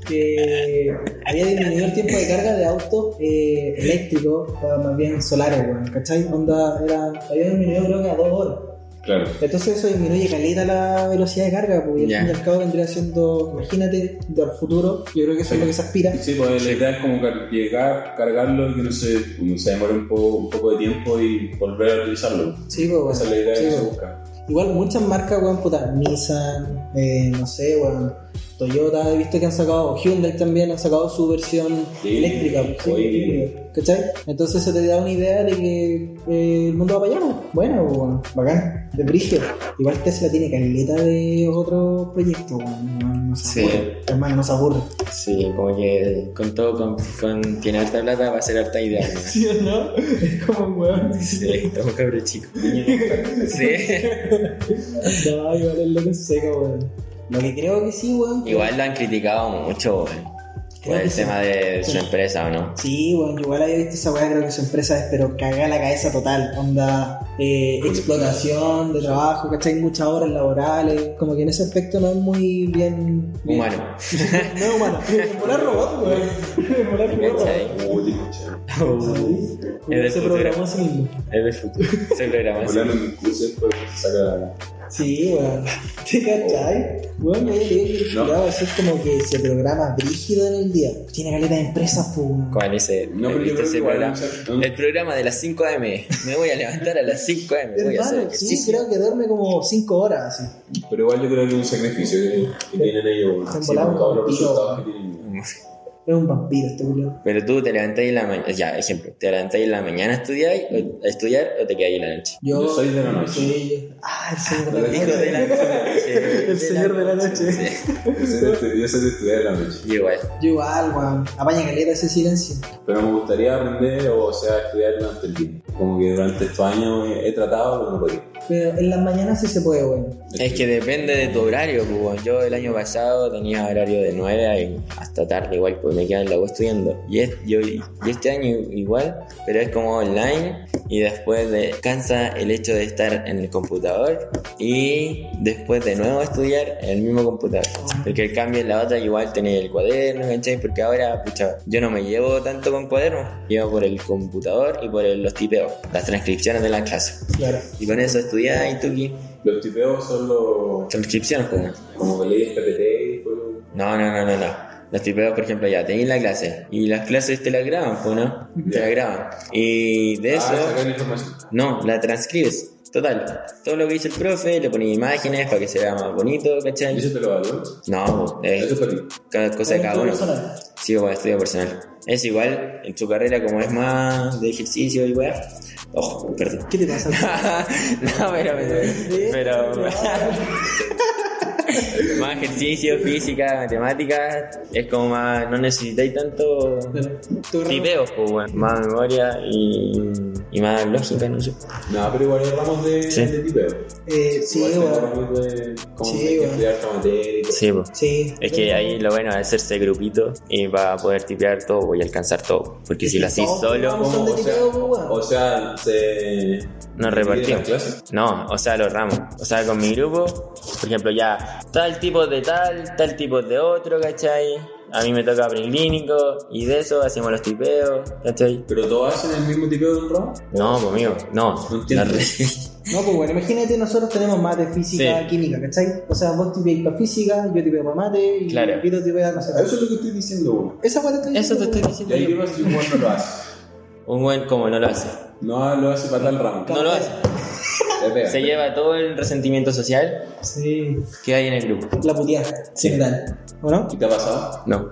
Speaker 1: que había disminuido el tiempo de carga de autos eh, eléctricos, o más bien solares, weón, ¿cachai? Onda, era, había disminuido creo que a dos horas.
Speaker 3: Claro.
Speaker 1: Entonces eso disminuye caleta la velocidad de carga, porque
Speaker 2: Ya.
Speaker 1: al fin y al cabo vendría siendo, imagínate, del futuro, yo creo que eso es lo que se aspira.
Speaker 3: Sí, pues la idea es como car- llegar, cargarlo y que no se, no se demore un poco, un poco de tiempo y volver a utilizarlo.
Speaker 1: Sí, pues, weón.
Speaker 3: Esa es la idea
Speaker 1: Sí,
Speaker 3: que se
Speaker 1: weón.
Speaker 3: busca.
Speaker 1: Igual muchas marcas, weón, puta, Nissan, eh, no sé, weón, Toyota, he visto que han sacado, Hyundai también han sacado su versión
Speaker 3: Sí,
Speaker 1: eléctrica, sí,
Speaker 3: oye.
Speaker 1: híbrida, ¿cachai? Entonces eso te da una idea de que eh, el mundo va para allá, weón. bueno, weón, bacán, de brigio. Igual Tesla tiene caleta de otro proyecto, weón, no, no se
Speaker 2: Sí.
Speaker 1: aburre, hermano, no se aburre. <laughs>
Speaker 2: Sí, como que con todo, con, con tiene harta plata va a ser harta idea. ¿no?
Speaker 1: ¿Sí o no? Es como, weón, <laughs>
Speaker 2: Sí, estamos cabros chicos. Sí.
Speaker 1: no, igual es lo que seca, weón. Lo que creo que sí, weón, que-
Speaker 2: <laughs> Igual lo han criticado mucho, güey.
Speaker 1: Creo
Speaker 2: Por
Speaker 1: que
Speaker 2: el
Speaker 1: sí.
Speaker 2: tema de su empresa, ¿o no?
Speaker 1: Sí, bueno, yo igual había visto esa weá, creo que su empresa es, pero caga la cabeza total. Onda, eh, explotación de trabajo, ¿cachai? Muchas horas laborales. Como que en ese aspecto no es muy bien. bien-
Speaker 2: Humano.
Speaker 1: No es humano. Molar robot, weón. Molar robot.
Speaker 2: ¿Cachai?
Speaker 3: Uy, escucha.
Speaker 1: Ah, Sí.
Speaker 2: Es del
Speaker 1: Se
Speaker 2: futuro.
Speaker 1: programó a sí mismo.
Speaker 2: <laughs> Es de futuro. Se programa así.
Speaker 3: Volando en el curso después se saca la...
Speaker 1: Sí, weón. <laughs> ¿Te cachai? Weón, me había
Speaker 3: No.
Speaker 1: no. así como que se programa brígido en el día. Tiene caleta de empresas, pues. weón.
Speaker 2: Con ese,
Speaker 3: No, pero yo
Speaker 2: ¿viste
Speaker 3: creo
Speaker 2: ese
Speaker 3: que igual
Speaker 2: programa?
Speaker 3: no- Eh,
Speaker 2: El programa de las 5 am. Me voy a levantar a las 5 am. Voy a hacer
Speaker 1: Hermano, sí,
Speaker 2: ejercicio.
Speaker 1: creo que duerme como 5 horas, así.
Speaker 3: Pero igual yo creo que es un sacrificio que, que tienen ellos. weón.
Speaker 1: Están
Speaker 3: Sí,
Speaker 1: volando
Speaker 3: por todos los
Speaker 1: contigo.
Speaker 3: resultados que tienen.
Speaker 1: Es un vampiro este culiao.
Speaker 2: Pero tú te levantás en la mañana. Ya, ejemplo. Te levantás en la mañana a estudiar, o, a estudiar, o te quedas en la noche.
Speaker 3: Yo soy de la noche.
Speaker 1: Sí. Ah, el señor de la
Speaker 2: Hijo
Speaker 1: noche.
Speaker 2: de la noche. <laughs>
Speaker 1: El señor de la noche.
Speaker 2: Sí.
Speaker 3: Yo soy de- Yo soy de estudiar en la noche.
Speaker 2: Yo Igual.
Speaker 1: <laughs> Yo igual, weón. Apaña caleta ese silencio.
Speaker 3: Pero me gustaría aprender, o sea, estudiar durante el día. Como que durante estos años he, he Este, tratado, pero no podía.
Speaker 1: Pero en las mañanas sí se puede, weón.
Speaker 2: Es que depende de tu horario, pues, bueno. Yo el año pasado tenía horario de 9 a- hasta tarde, igual, pues me quedaba en la U estudiando. Y, es- yo- y este año igual, pero es como online. Y después descansa el hecho de estar en el computador y después de nuevo estudiar en el mismo computador. Porque el cambio en la otra igual tenés el cuaderno, ¿cachai? Porque ahora, pucha, yo no me llevo tanto con cuadernos, llevo por el computador y por el- los tipeos, las transcripciones de las clases.
Speaker 1: Claro.
Speaker 2: Y con eso estudiás y tuki.
Speaker 3: Los tipeos son los.
Speaker 2: Transcripciones, pues. bueno.
Speaker 3: como que leí PPT y todo.
Speaker 2: No, no, no, no, no. Los tipeos, por ejemplo, ya tenéis la clase. Y las clases te la graban, pues, ¿no? Te la graban. Y de eso,
Speaker 3: Ah, sacar la información.
Speaker 2: no, la transcribes. Total. Todo lo que dice el profe, le pones imágenes para que se vea más bonito,
Speaker 3: ¿Y
Speaker 2: ¿cachai?
Speaker 3: eso te lo valoro?
Speaker 2: No,
Speaker 3: Eso
Speaker 2: es
Speaker 3: es para ti.
Speaker 2: cada cosa de
Speaker 1: Bueno,
Speaker 2: cada uno.
Speaker 1: personal.
Speaker 2: Sí, bueno, estudio personal. Es igual, en su carrera, como es más de ejercicio y weá. Ojo, perdón. <laughs>
Speaker 1: ¿Qué te pasa?
Speaker 3: <laughs>
Speaker 2: no, pero.
Speaker 1: <laughs>
Speaker 2: Pero. más ejercicio, física, matemáticas. Es como más. No necesitáis tanto. <laughs>
Speaker 1: Tu ramo-
Speaker 2: Tipeos, pues, bueno. Más memoria y. Y más lógica, no sé.
Speaker 3: No, pero igual hay ramos de,
Speaker 2: Sí.
Speaker 3: de tipeo.
Speaker 1: Eh, sí,
Speaker 3: igual tengo
Speaker 1: weón.
Speaker 3: ramos de. como
Speaker 1: Sí,
Speaker 3: que hay que
Speaker 1: weón.
Speaker 3: estudiar esta materia y todo.
Speaker 2: Sí, pues.
Speaker 1: Sí.
Speaker 2: Es que ahí lo bueno es hacerse grupito y va a poder tipear todo y alcanzar todo. Porque si lo hacís
Speaker 1: Todos
Speaker 2: solo,
Speaker 1: ramos son de
Speaker 3: o sea,
Speaker 1: tipeo, weón.
Speaker 3: O sea, se. divide
Speaker 2: Nos
Speaker 3: las
Speaker 2: repartimos.
Speaker 3: clases.
Speaker 2: No, o sea, los ramos. O sea, con mi grupo, por ejemplo, ya tal tipo de tal, tal tipo de otro, ¿cachai? A mí me toca preclínico y de eso hacemos los tipeos, ¿cachai?
Speaker 3: Pero todos hacen el mismo tipeo de un ramo.
Speaker 2: No, conmigo, no.
Speaker 3: No entiendo.
Speaker 2: La re-
Speaker 1: No, pues bueno, imagínate, nosotros tenemos mate, física,
Speaker 2: Sí.
Speaker 1: química, ¿cachai? O sea, vos tipeáis para física, yo tipeo para mate y
Speaker 2: Claro.
Speaker 1: Vito tipea, no sé.
Speaker 3: Eso es lo que estoy diciendo, weón.
Speaker 1: Esa weá te estoy
Speaker 2: Eso te estoy
Speaker 1: diciendo,
Speaker 3: Y ahí qué
Speaker 2: diciendo.
Speaker 3: pasa si un weón no lo hace.
Speaker 2: Un buen como no lo hace.
Speaker 3: No lo hace para tal ramo.
Speaker 2: No lo hace.
Speaker 3: Se pega.
Speaker 2: Se lleva todo el resentimiento social
Speaker 1: Sí.
Speaker 2: que hay en el grupo.
Speaker 1: La puteada, sin tal. ¿O no?
Speaker 3: ¿Y te ha pasado?
Speaker 2: No.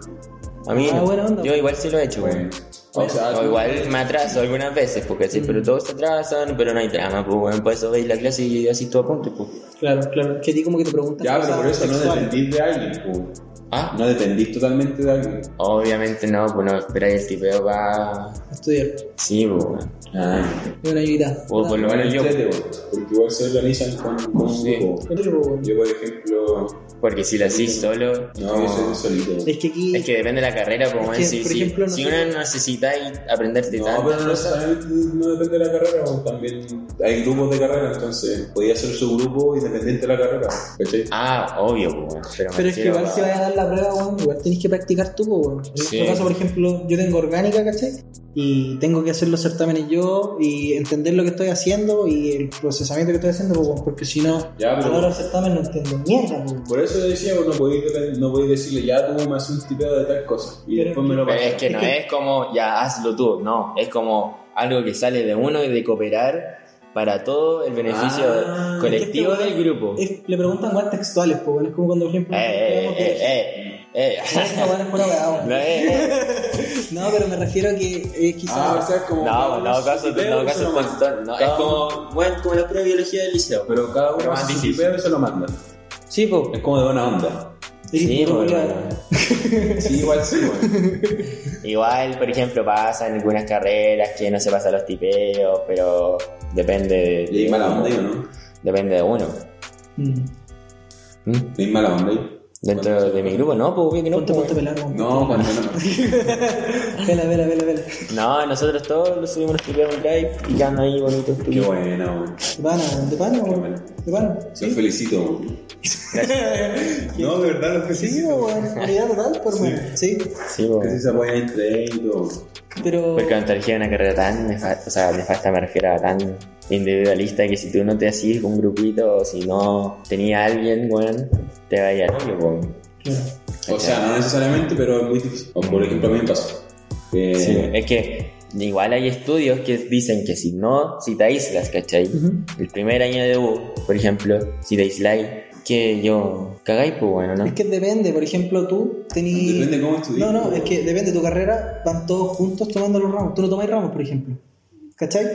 Speaker 2: A mí
Speaker 1: Ah,
Speaker 2: no.
Speaker 1: buena onda.
Speaker 2: Yo igual sí lo he hecho, weón.
Speaker 3: O sea,
Speaker 2: O igual me atraso algunas veces, porque así,
Speaker 1: Mm.
Speaker 2: pero todos se atrasan, pero no hay drama, pues weón, por eso veis la clase y así todo a punto, pues.
Speaker 1: Claro, claro. Que a ti como que te preguntas.
Speaker 3: Ya, pero
Speaker 1: cosas
Speaker 3: por eso no
Speaker 1: sexuales.
Speaker 3: dependís de alguien, po.
Speaker 2: Ah,
Speaker 3: No dependís totalmente de alguien.
Speaker 2: obviamente no, pues no esperáis el tipeo va.
Speaker 1: Estudiar.
Speaker 2: Sí, pues weón.
Speaker 3: Ah,
Speaker 1: Es una ayudita.
Speaker 2: O por lo menos yo,
Speaker 3: Porque igual se organizan con, con un
Speaker 2: Sí.
Speaker 3: grupo. Yo, por ejemplo,
Speaker 2: porque si lo hacís solo.
Speaker 3: no, yo soy solito.
Speaker 1: Es que aquí.
Speaker 2: Es que depende de la carrera, pues
Speaker 1: Es
Speaker 2: weón,
Speaker 1: que,
Speaker 2: si,
Speaker 1: por
Speaker 2: si,
Speaker 1: ejemplo,
Speaker 2: si
Speaker 1: nosotros-
Speaker 2: uno necesita aprenderte
Speaker 3: No,
Speaker 2: tanto.
Speaker 3: pero no solamente no depende de la carrera, bueno, también hay grupos de carrera, entonces podía ser su grupo independiente de la carrera, ¿cachai?
Speaker 2: Ah, obvio, pues weón. Pero, me
Speaker 1: Pero es que
Speaker 2: refiero
Speaker 1: igual
Speaker 2: a-
Speaker 1: si vayas a dar la prueba, weón, igual tenés que practicar tú, po, weón. En
Speaker 2: Sí.
Speaker 1: nuestro caso, por ejemplo, yo tengo orgánica, ¿cachai? Y tengo que hacer los certámenes yo y entender lo que estoy haciendo y el procesamiento que estoy haciendo, po, weón, porque si no,
Speaker 3: Ya,
Speaker 1: a
Speaker 3: pero-
Speaker 1: la hora del certamen no entiendo mierda, po, weón.
Speaker 3: Por eso decía, bueno, no podéis depend- no podéis decirle, ya tú me haces un tipeo de tal cosa, y
Speaker 1: Pero-
Speaker 3: después me lo
Speaker 2: Pero
Speaker 3: pasas.
Speaker 2: es <laughs> que no es como ya hazlo tú, no, es como algo que sale de uno y de cooperar para todo el beneficio
Speaker 3: Ah,
Speaker 2: colectivo
Speaker 1: es que-
Speaker 2: del grupo. Eh,
Speaker 1: Es- le preguntan weón textuales, po, weón. Es como cuando, por ejemplo,
Speaker 2: eh,
Speaker 1: vemos que-
Speaker 2: eh, eh, eh.
Speaker 1: Esta weón es pura weá, weón.
Speaker 3: <laughs>
Speaker 2: <laughs> No, eh, eh.
Speaker 1: No, pero me refiero a que eh, quizás.
Speaker 3: Ah, o sea, es como...
Speaker 2: No, en todo caso, en
Speaker 3: tipeo,
Speaker 2: todo
Speaker 3: y se
Speaker 2: caso,
Speaker 3: lo
Speaker 2: es
Speaker 3: manda.
Speaker 2: constante, no, es
Speaker 3: Cada
Speaker 2: como, bueno, como la prueba de biología del liceo.
Speaker 3: Pero cada uno
Speaker 2: Pero más
Speaker 3: hace su
Speaker 2: difícil.
Speaker 3: tipeo y se lo manda.
Speaker 1: sí, po.
Speaker 3: Es como de buena onda.
Speaker 1: Eres
Speaker 2: Sí,
Speaker 1: puro
Speaker 2: po,
Speaker 1: culiao.
Speaker 2: weón.
Speaker 3: Sí, igual sí,
Speaker 2: <laughs>
Speaker 3: bueno.
Speaker 2: Igual, por ejemplo, pasan algunas carreras que no se pasan los tipeos, pero depende
Speaker 3: Y hay
Speaker 2: de,
Speaker 3: mala onda ahí, ¿o no?
Speaker 2: depende de uno.
Speaker 1: Mm.
Speaker 2: ¿Mm?
Speaker 3: Hay mala onda ahí.
Speaker 2: Dentro de mi grupo, no, pues obvio que no.
Speaker 1: Ponte,
Speaker 2: pues,
Speaker 1: ponte pelado, weón.
Speaker 3: No, cuando no.
Speaker 2: <laughs>
Speaker 1: Vela, vela, vela, vela.
Speaker 2: No, nosotros todos los subimos los tipeos a un drive y quedan ahí bonitos.
Speaker 3: Qué buena, bueno.
Speaker 1: De pana, weón, de pana, weón.
Speaker 3: bueno.
Speaker 1: De pana.
Speaker 3: Los felicito, weón. No, de verdad, los
Speaker 1: Pues Sí,
Speaker 3: felicito.
Speaker 1: weón, calidad total, por mí. Sí.
Speaker 2: Sí,
Speaker 3: Que sí
Speaker 2: porque
Speaker 3: se apoyan entre ellos y todo.
Speaker 1: Pero.
Speaker 2: porque cuando elegí una carrera tan nefasta, o sea, nefasta me refiero a tan individualista que si tú no te hacías con un grupito o si no tenía alguien, weón, te vaya al hoyo, weón.
Speaker 1: Claro.
Speaker 3: O sea, no necesariamente, pero es muy difícil. O, por ejemplo, a mí me pasó. Eh,
Speaker 2: Sí, es que igual hay estudios que dicen que si no, si te aíslas, ¿cachai?
Speaker 1: Ujú.
Speaker 2: El primer año de U, por ejemplo, si te aisláis, que yo cagáis, pues bueno, ¿no?
Speaker 1: Es que depende, por ejemplo, tú tenías.
Speaker 3: Depende cómo estudies.
Speaker 1: No, no, es que depende de tu carrera, van todos juntos tomando los ramos. Tú no tomáis ramos, por ejemplo. ¿Cachai?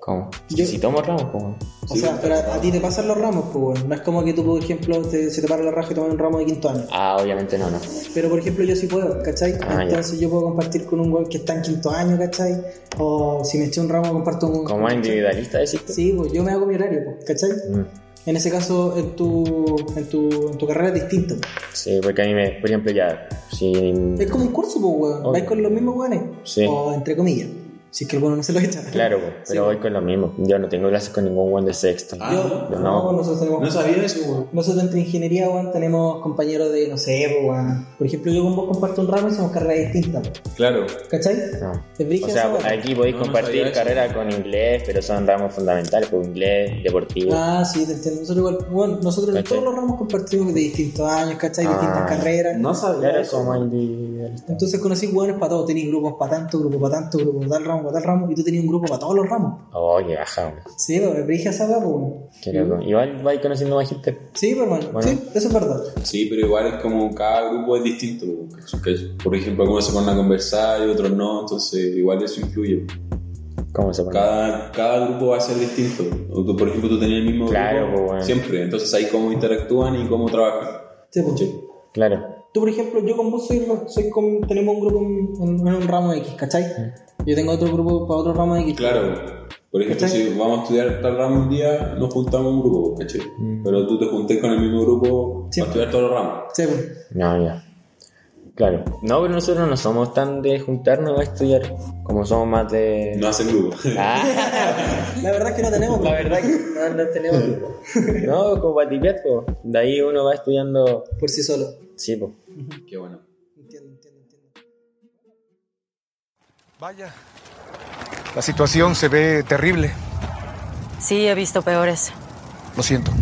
Speaker 2: ¿Cómo?
Speaker 1: Yo-
Speaker 2: Si tomo ramos, pues weón.
Speaker 1: O
Speaker 3: Sí,
Speaker 1: sea,
Speaker 3: está
Speaker 1: pero a,
Speaker 3: tomado.
Speaker 1: a ti te pasan los ramos, pues, weón. No es como que tú, por ejemplo, te- se te para la raja y tomas un ramo de quinto año.
Speaker 2: Ah, obviamente no, no.
Speaker 1: Pero, por ejemplo, yo sí puedo, ¿cachai?
Speaker 2: Ah, ya.
Speaker 1: Entonces yo puedo compartir con un weón que está en quinto año, ¿cachai? O si me eché un ramo, comparto con...
Speaker 2: Como individualista, decís tú?
Speaker 1: Sí, pues yo me hago mi horario, pues, ¿cachai?
Speaker 2: Mm.
Speaker 1: En ese caso, en tu, en tu, en tu carrera es distinto.
Speaker 2: Sí, porque a mí me, por ejemplo, ya, si...
Speaker 1: Es como un curso, pues, weón.
Speaker 2: Obvio.
Speaker 1: Vais con los mismos weones.
Speaker 2: Sí.
Speaker 1: O entre comillas. Si es que alguno no se lo echa. <laughs>
Speaker 2: Claro, po, pero voy con lo mismo. Yo no tengo clases con ningún buen de sexto.
Speaker 3: Ah,
Speaker 1: Yo,
Speaker 2: no.
Speaker 1: no, nosotros tenemos
Speaker 3: No sabía eso, weón.
Speaker 1: Nosotros entre ingeniería, weón, tenemos compañeros de, no sé, po, weón. Por ejemplo, yo con vos comparto un ramo y somos carreras distintas, po.
Speaker 3: Claro.
Speaker 1: ¿cachai?
Speaker 2: No.
Speaker 1: Es brígido
Speaker 2: O sea,
Speaker 1: esa weá.
Speaker 2: aquí podéis
Speaker 3: No, no
Speaker 2: compartir
Speaker 3: sabía eso.
Speaker 2: carrera con inglés, pero son ramos fundamentales, por pues, inglés, deportivo.
Speaker 1: Ah, sí, te entiendo. Nosotros igual, bueno, nosotros en
Speaker 2: ¿Cachai?
Speaker 1: todos los ramos compartimos de distintos años, ¿cachai?
Speaker 2: Ah.
Speaker 1: Distintas carreras.
Speaker 3: No sabía
Speaker 2: Claro,
Speaker 3: eso.
Speaker 2: como individualista.
Speaker 1: Entonces conocí weones para todo, tenéis grupos para tanto, grupos para tanto, grupos para tal ramo, para tal ramo, y tú tenías un grupo para todos los ramos.
Speaker 2: Oye, baja, weón.
Speaker 1: Sí, pero es brígida esa weá, po, weón.
Speaker 2: Qué loco. Igual vais conociendo más gente.
Speaker 1: Sí, pero bueno,
Speaker 2: Bueno.
Speaker 1: sí, eso es verdad.
Speaker 3: Sí, pero igual es como cada grupo es distinto. weón, ¿cachai? Que, Por ejemplo, algunos se ponen a conversar y otros no, entonces igual eso influye.
Speaker 2: ¿Cómo se pone?
Speaker 3: Cada, cada grupo va a ser distinto. O tú, por ejemplo, tú tenías el mismo
Speaker 2: Claro,
Speaker 3: grupo
Speaker 2: pues, bueno.
Speaker 3: siempre, entonces ahí cómo interactúan y cómo trabajan.
Speaker 1: Sí, po.
Speaker 3: ¿cachai?
Speaker 2: Claro.
Speaker 1: Tú, por ejemplo, yo con vos soy, soy con- tenemos un grupo en, en un ramo X, ¿cachai? Yo tengo otro grupo para otro ramo X.
Speaker 3: Claro, por ejemplo,
Speaker 1: ¿Cachai?
Speaker 3: si vamos a estudiar tal ramo un día, nos juntamos en un grupo, ¿cachai? Pero tú te juntes con el mismo grupo
Speaker 1: Mm. Sí.
Speaker 3: para estudiar todos los ramos.
Speaker 1: Sí, pues. po.
Speaker 2: No, ya. Claro. No, pero nosotros no somos tan de juntarnos a estudiar. Como somos más de.
Speaker 3: No hacen grupo. <laughs>
Speaker 2: Ah,
Speaker 1: La verdad es que no tenemos.
Speaker 2: la verdad que no, no tenemos grupo. No, como para tipear, po. De ahí uno va estudiando.
Speaker 1: Por sí solo.
Speaker 2: Sí, po.
Speaker 3: Qué bueno.
Speaker 1: Entiendo, entiendo, entiendo.
Speaker 5: Vaya, la situación se ve terrible.
Speaker 6: Sí, he visto peores.
Speaker 5: Lo siento.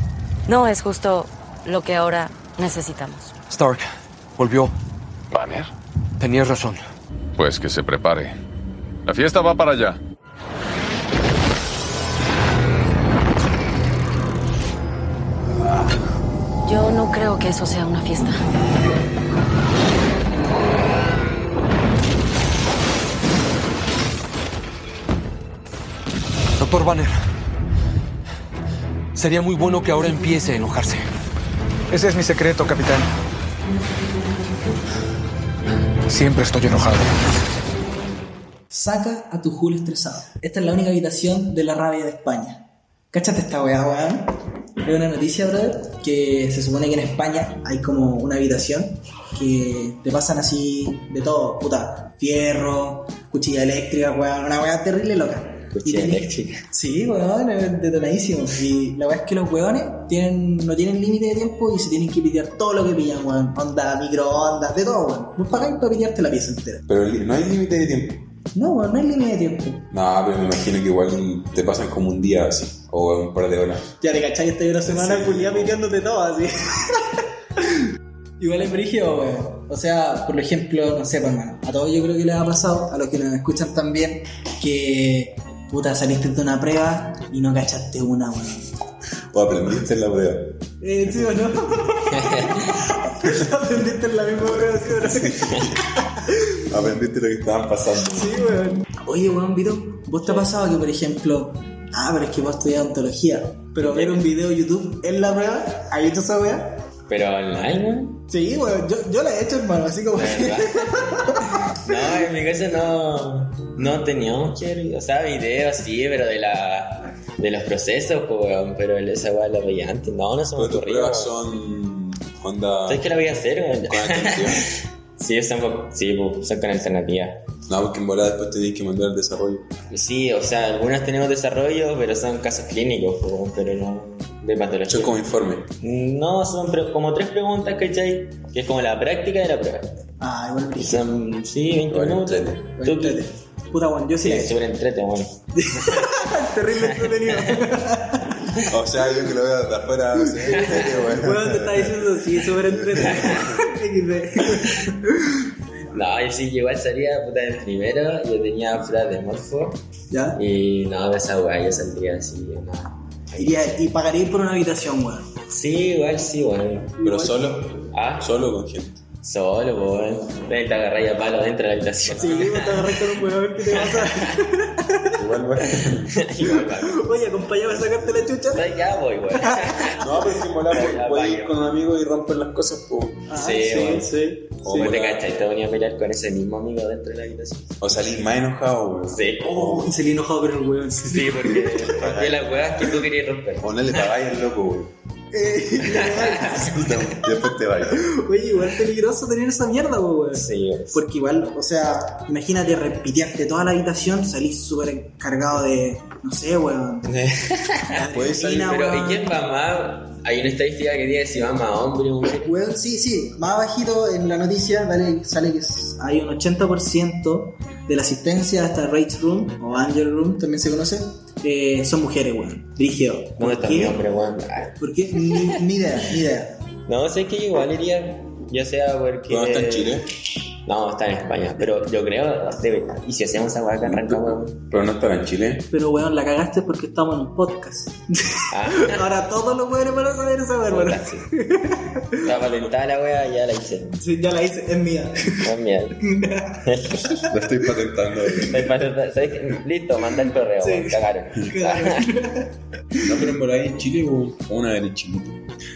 Speaker 6: No es justo lo que ahora necesitamos.
Speaker 5: Stark, volvió.
Speaker 7: ¿Banner?
Speaker 5: Tenías razón.
Speaker 7: Pues que se prepare. La fiesta va para allá.
Speaker 6: Yo no creo que eso sea una fiesta.
Speaker 5: Doctor Banner, sería muy bueno que ahora empiece a enojarse.
Speaker 8: Ese es mi secreto, capitán. Siempre estoy enojado.
Speaker 1: Saca a tu Julio estresado. Esta es la única habitación de la rabia de España. Cáchate esta weá, weón. Es una noticia, brother, que se supone que en España hay como una habitación que te pasan así de todo, puta, fierro, cuchilla eléctrica, weón, una weá terrible loca.
Speaker 2: Cuchilla
Speaker 1: Y tenés-
Speaker 2: eléctrica.
Speaker 1: Sí, weón, es detonadísimo. Y la verdad es que los weones tienen, no tienen límite de tiempo y se tienen que pitear todo lo que pillan, weón. Onda, microondas, de todo, weón. Vos pagáis para pitearte la pieza entera.
Speaker 3: Pero li- no hay límite de tiempo.
Speaker 1: No, weón, no hay límite de tiempo.
Speaker 3: No, pero me imagino que igual te pasan como un día así, o un par de horas.
Speaker 1: Ya te cachai, estoy una semana culiada piteándote todo así. <laughs> Igual es brígido, weón. O sea, por ejemplo, no sé, pues, hermano. A todos yo creo que les ha pasado, a los que nos escuchan también, que puta saliste de una prueba y no cachaste una, weón.
Speaker 3: O aprendiste en la prueba.
Speaker 1: Eh, ¿Sí o no? <laughs> Aprendiste en la misma prueba, ¿sí o no?
Speaker 3: Aprendiste lo que estaban pasando.
Speaker 1: Sí, weón. Oye, weón, Vito, ¿vos te ha pasado que, por ejemplo, ah, pero es que vos estudias ontología, pero ver un video de YouTube en la prueba, ¿has visto esa weá?
Speaker 2: Pero online, weón.
Speaker 1: Sí, weón, yo, yo la he hecho, hermano, así como.
Speaker 2: La verdad. No, en mi casa no, no teníamos que ver, o sea, videos sí, pero de la de los procesos, pues, weón, pero el- esa weá la veía antes, no, no se me
Speaker 3: Pero tus
Speaker 2: ocurrió.
Speaker 3: pruebas son. onda.
Speaker 2: ¿Sabes qué la voy a hacer, weón?
Speaker 1: <laughs>
Speaker 3: con atención.
Speaker 2: Sí, son, po- sí, po, son con alternativa.
Speaker 3: No, porque en volada después tenéis que mandar el desarrollo.
Speaker 2: Sí, o sea, algunas tenemos desarrollo, pero son casos clínicos, pues, weón, pero no de patología.
Speaker 3: Hecho como informe.
Speaker 2: No, son pre- como tres preguntas, ¿cachai? Que es como la práctica de la prueba.
Speaker 1: Ah, igual
Speaker 2: Y
Speaker 1: brillo.
Speaker 2: son, sí, 20
Speaker 3: Igual
Speaker 2: minutos.
Speaker 3: entrete.
Speaker 2: Tú-
Speaker 1: Puta, weón, yo sí
Speaker 2: Sí,
Speaker 1: la he
Speaker 2: es
Speaker 1: hecho.
Speaker 2: súper entrete, bueno.
Speaker 1: Terrible <laughs> entretenido.
Speaker 3: O sea, yo que lo veo de afuera. sí,
Speaker 1: <laughs>
Speaker 3: bueno.
Speaker 1: Weón, te está diciendo, sí, súper entretenido. <laughs>
Speaker 2: No, yo sí, igual salía puta en primero, yo tenía pruebas de morfo
Speaker 1: ¿Ya?
Speaker 2: y no, de esa weá yo saldría así, no.
Speaker 1: Iría- y pagaría por una habitación, weón.
Speaker 2: Sí, igual sí, bueno.
Speaker 3: Pero solo.
Speaker 2: Ah,
Speaker 3: Solo o con gente.
Speaker 2: solo, weón. Ven, te agarré a palo dentro de la habitación.
Speaker 1: Sí, me está agarrando un weón, ¿qué te pasa?
Speaker 2: <laughs>
Speaker 1: <laughs>
Speaker 3: Igual, bueno.
Speaker 2: Igual, weón.
Speaker 1: Oye, acompáñame a sacarte la chucha.
Speaker 2: No, ya voy,
Speaker 1: <laughs>
Speaker 2: weón.
Speaker 3: No, pero es que en volada puedes ir con un amigo y romper las cosas, pues.
Speaker 1: Ah,
Speaker 2: Sí, weón.
Speaker 1: sí.
Speaker 2: O
Speaker 3: Sí,
Speaker 2: Oh, te
Speaker 3: weón.
Speaker 2: cachas, te venía a pelear con ese mismo amigo dentro de la habitación.
Speaker 3: O salís más enojado, weón.
Speaker 2: Sí.
Speaker 1: Oh, y salí enojado con el weón.
Speaker 2: Sí, porque rompí las weas que tú
Speaker 1: <laughs>
Speaker 2: querías romper.
Speaker 3: O no le pagáis al loco, weón.
Speaker 1: Eh,
Speaker 3: Después te <laughs> vais.
Speaker 1: Oye, igual peligroso tener esa mierda, po, weón.
Speaker 2: Sí, weón.
Speaker 1: Porque igual, o sea, imagínate repitearte toda la habitación, salís súper encargado de, no sé, weón.
Speaker 3: Puedes salir,
Speaker 1: Adrenalina,
Speaker 2: Pero, ¿y
Speaker 1: weón.
Speaker 2: quién va más? Hay una estadística que dice si va más hombre o mujer.
Speaker 1: Weón, sí, sí, más abajito en la noticia dale, sale que s- hay un 80% de la asistencia a esta Rage Room o Angel Room, también se conoce, eh, son mujeres, weón. Rígido.
Speaker 2: ¿Dónde está mi hombre, weón? Ah.
Speaker 1: ¿Por qué? Ni, ni idea, ni idea.
Speaker 2: No, sé que igual iría, ya sea porque...
Speaker 3: ¿Dónde está en Chile?
Speaker 2: No, está en España, pero yo creo, debe- y si hacemos esa weá que
Speaker 3: <laughs>
Speaker 2: arranca, weón.
Speaker 3: Pero no estaba en Chile.
Speaker 1: Pero weón, la cagaste porque estamos en un podcast.
Speaker 2: Ah,
Speaker 1: Ahora todos los weones van a saber esa weón,
Speaker 2: puta, sí. Está patentada la weá, ya la hice.
Speaker 1: Sí, ya la hice, es
Speaker 2: <laughs>
Speaker 1: mía.
Speaker 2: No, mierda.
Speaker 3: La estoy patentando. weón.
Speaker 2: Me pasa- ¿sabes qué? Listo, manda el correo,
Speaker 1: Sí.
Speaker 2: weón, cagaron.
Speaker 3: No, pero en volada en Chile, weón. Una de chiquito.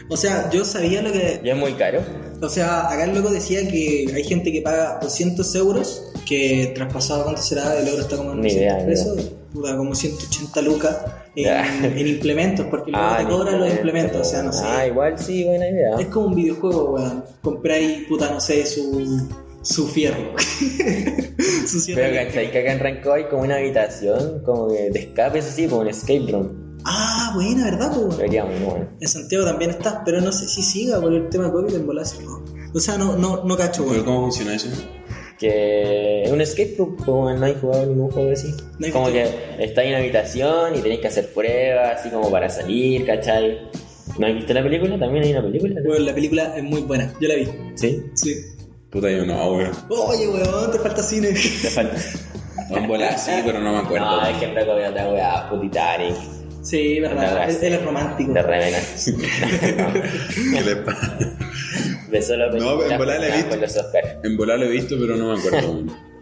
Speaker 1: o sea, yo sabía lo que
Speaker 2: Ah, ¿Y es muy caro?
Speaker 1: O sea, acá el loco decía que hay gente que paga 200 euros, que traspasado cuánto será, el euro está como en
Speaker 2: Ni idea,
Speaker 1: 200 pesos, puta, como 180 lucas en,
Speaker 2: Ya.
Speaker 1: en implementos, porque el loco te cobra los implementos, o sea, no sé.
Speaker 2: Ah, igual sí, buena idea.
Speaker 1: Es como un videojuego, weón. Compráis, puta, no sé, su, su
Speaker 4: <laughs>
Speaker 1: fierro. su fierro.
Speaker 2: Pero cachai que acá en Rancagua hay como una habitación, como que de escape, eso sí, como un escape room.
Speaker 1: Ah, buena, ¿verdad, po, weón?
Speaker 2: Debería muy bueno.
Speaker 1: En Santiago también está, pero no sé si siga por el tema COVID en bolas. O sea, no, no, no cacho,
Speaker 3: ¿Pero
Speaker 1: weón.
Speaker 3: cómo funciona eso?
Speaker 2: Que es un escape room, como no hay jugado ningún juego así.
Speaker 1: No hay
Speaker 2: como
Speaker 1: visto.
Speaker 2: que estáis en una habitación y tenéis que hacer pruebas, así como para salir, ¿cachai? ¿No has visto la película? También hay una película. ¿no?
Speaker 1: Weón, la película es muy buena, yo la vi.
Speaker 2: Sí.
Speaker 1: Sí.
Speaker 3: Puta, yo no, weón.
Speaker 1: Oye, weón, te falta cine.
Speaker 2: Te falta.
Speaker 3: <laughs> En volada sí, pero no me acuerdo.
Speaker 2: No, es que en Rancagua había otra wea, putitari.
Speaker 4: Sí, verdad. Él, él es romántico.
Speaker 2: De revena.
Speaker 3: ¿Qué le pasa?
Speaker 2: Besó la película.
Speaker 3: en volada la he visto.
Speaker 2: con los Oscar.
Speaker 3: En volar lo he visto, pero no me acuerdo. weón.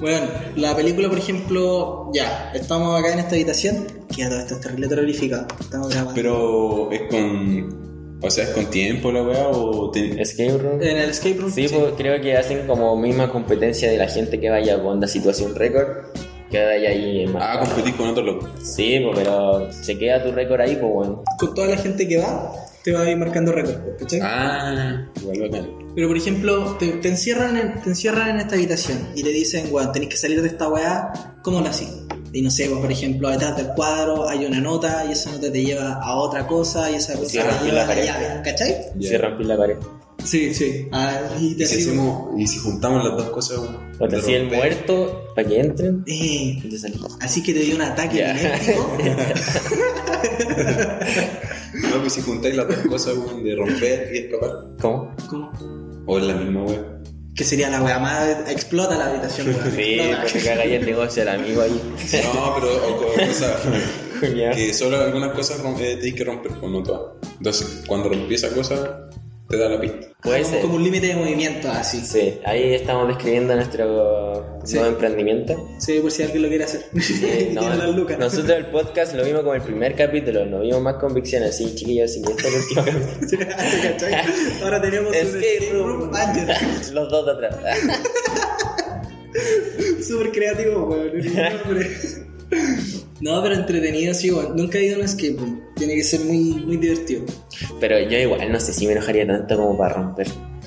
Speaker 4: Bueno, la película, por ejemplo, ya, estamos acá en esta habitación, que a todo esto es terrible terrorífica. Estamos grabando.
Speaker 3: pero es con. O sea, es con tiempo la weá o. te-
Speaker 2: Escape Room.
Speaker 4: en el escape room.
Speaker 2: Eh, Sí,
Speaker 4: sí.
Speaker 2: pues, creo que hacen como misma competencia de la gente que vaya con la situación récord. Queda ahí, ahí en
Speaker 3: Ah, competir con otro loco.
Speaker 2: Sí, pues, pero se queda tu récord ahí, pues bueno.
Speaker 4: Con toda la gente que va, te va a ir marcando récord, ¿cachai?
Speaker 3: Ah, igual bacán.
Speaker 4: Pero por ejemplo, te, te encierran en, te encierran en esta habitación y te dicen, weón, tenés que salir de esta weá, ¿cómo lo así? Y no sé, pues, por ejemplo, detrás del cuadro hay una nota y esa nota te lleva a otra cosa y esa cosa
Speaker 2: Cierra
Speaker 4: te
Speaker 2: la
Speaker 4: lleva a la
Speaker 2: pared.
Speaker 4: llave, ¿cachai?
Speaker 3: Ya.
Speaker 2: Se rompió la pared.
Speaker 4: Sí, sí. Ah, y te
Speaker 3: ¿Y, si
Speaker 4: así-
Speaker 3: hacemos- y si juntamos las dos cosas, weón?
Speaker 2: O te
Speaker 3: De
Speaker 2: hacía el
Speaker 3: repente-
Speaker 2: muerto para que entren.
Speaker 4: Eh,
Speaker 2: y te salí.
Speaker 4: así que te dio un ataque
Speaker 2: Ya.
Speaker 4: epiléptico.
Speaker 2: <laughs>
Speaker 3: No, pues si juntáis las dos cosas, weón, de romper y escapar.
Speaker 2: ¿Cómo?
Speaker 4: ¿Cómo?
Speaker 3: O es la misma weá.
Speaker 4: Que sería la weá más. Explota la habitación, weón.
Speaker 2: Sí,
Speaker 4: explota.
Speaker 2: pues te caga ahí el negocio del amigo <laughs> ahí.
Speaker 3: No, pero o co- cosas.
Speaker 2: Genial.
Speaker 3: que solo algunas cosas rom- eh, tenéis que romper, pues no todas. Entonces, cuando rompí esa cosa, te da la pista.
Speaker 2: Puede
Speaker 4: Como-
Speaker 2: ser.
Speaker 4: Como un límite de movimiento, así.
Speaker 2: Sí, ahí estamos describiendo nuestro
Speaker 4: Sí.
Speaker 2: nuevo emprendimiento.
Speaker 1: <laughs>
Speaker 4: Sí, por si alguien lo quiere hacer. <laughs>
Speaker 2: Eh,
Speaker 4: Y
Speaker 2: no,
Speaker 4: tiene las lucas.
Speaker 2: nosotros el podcast lo vimos como el primer capítulo, nos vimos más convicción así, chiquillos, así que este es el último <laughs> capítulo.
Speaker 4: <laughs> ¿Cachai? Ahora tenemos un
Speaker 2: Escape
Speaker 4: escape room
Speaker 2: room.
Speaker 4: manager.
Speaker 2: Los dos de atrás.
Speaker 4: <laughs> Súper creativo, weón. el
Speaker 2: <laughs>
Speaker 4: nombre. No, pero entretenido, sí, weón. Nunca he ido a un escape room. Tiene que ser muy, muy divertido.
Speaker 2: Pero yo igual no sé si me enojaría tanto como para romper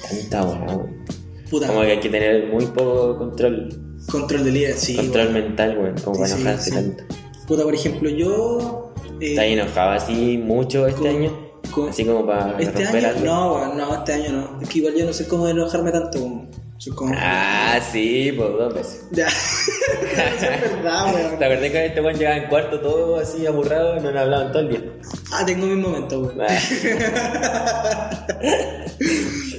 Speaker 2: tanta hueá, weón.
Speaker 4: Puta,
Speaker 2: Como que hay que tener muy poco control,
Speaker 4: control de líder, sí.
Speaker 2: control mental, weón, como
Speaker 4: Sí,
Speaker 2: para
Speaker 4: sí,
Speaker 2: enojarse
Speaker 4: sí.
Speaker 2: tanto.
Speaker 4: weón. Puta, por ejemplo, yo. eh,
Speaker 2: ¿Estás enojado así mucho este
Speaker 4: con-
Speaker 2: año?
Speaker 4: con-
Speaker 2: Así como para
Speaker 4: este
Speaker 2: romper
Speaker 4: año.
Speaker 2: algo.
Speaker 4: No, weón, no, este año no. Es que igual yo no sé cómo enojarme tanto, weón. Soy como.
Speaker 2: Ah, sí, por dos veces.
Speaker 4: Ya. Eso es verdad,
Speaker 2: ¿Te
Speaker 4: weón.
Speaker 2: acordás que este weón llegaba en cuarto todo así aburrado y no le hablaban todo el día?
Speaker 4: Ah, tengo mis momentos, weón. <laughs>
Speaker 2: Ah,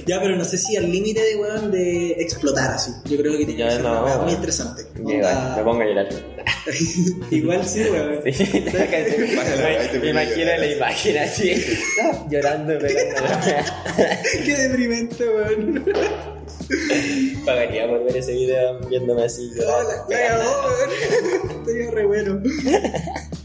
Speaker 4: Ya, pero no sé si al límite de, weón, de explotar así. Yo creo que tiene
Speaker 2: Ya,
Speaker 4: que ser
Speaker 2: no,
Speaker 4: una weá
Speaker 2: weón.
Speaker 4: muy estresante.
Speaker 2: que igual,
Speaker 4: Onda-
Speaker 2: me pongo a llorar.
Speaker 4: Igual sí, weón.
Speaker 2: <laughs> Sí, esa canción.
Speaker 3: Bájala, ahí te
Speaker 2: Me
Speaker 3: voy a
Speaker 2: imagino
Speaker 3: llorar.
Speaker 2: la imagen así, <laughs> llorando, pero
Speaker 4: <laughs> Qué deprimente, weón.
Speaker 2: <laughs> pagaría por ver ese video viéndome así.
Speaker 4: Hola, me cagó, <laughs> weón. Estaría re bueno.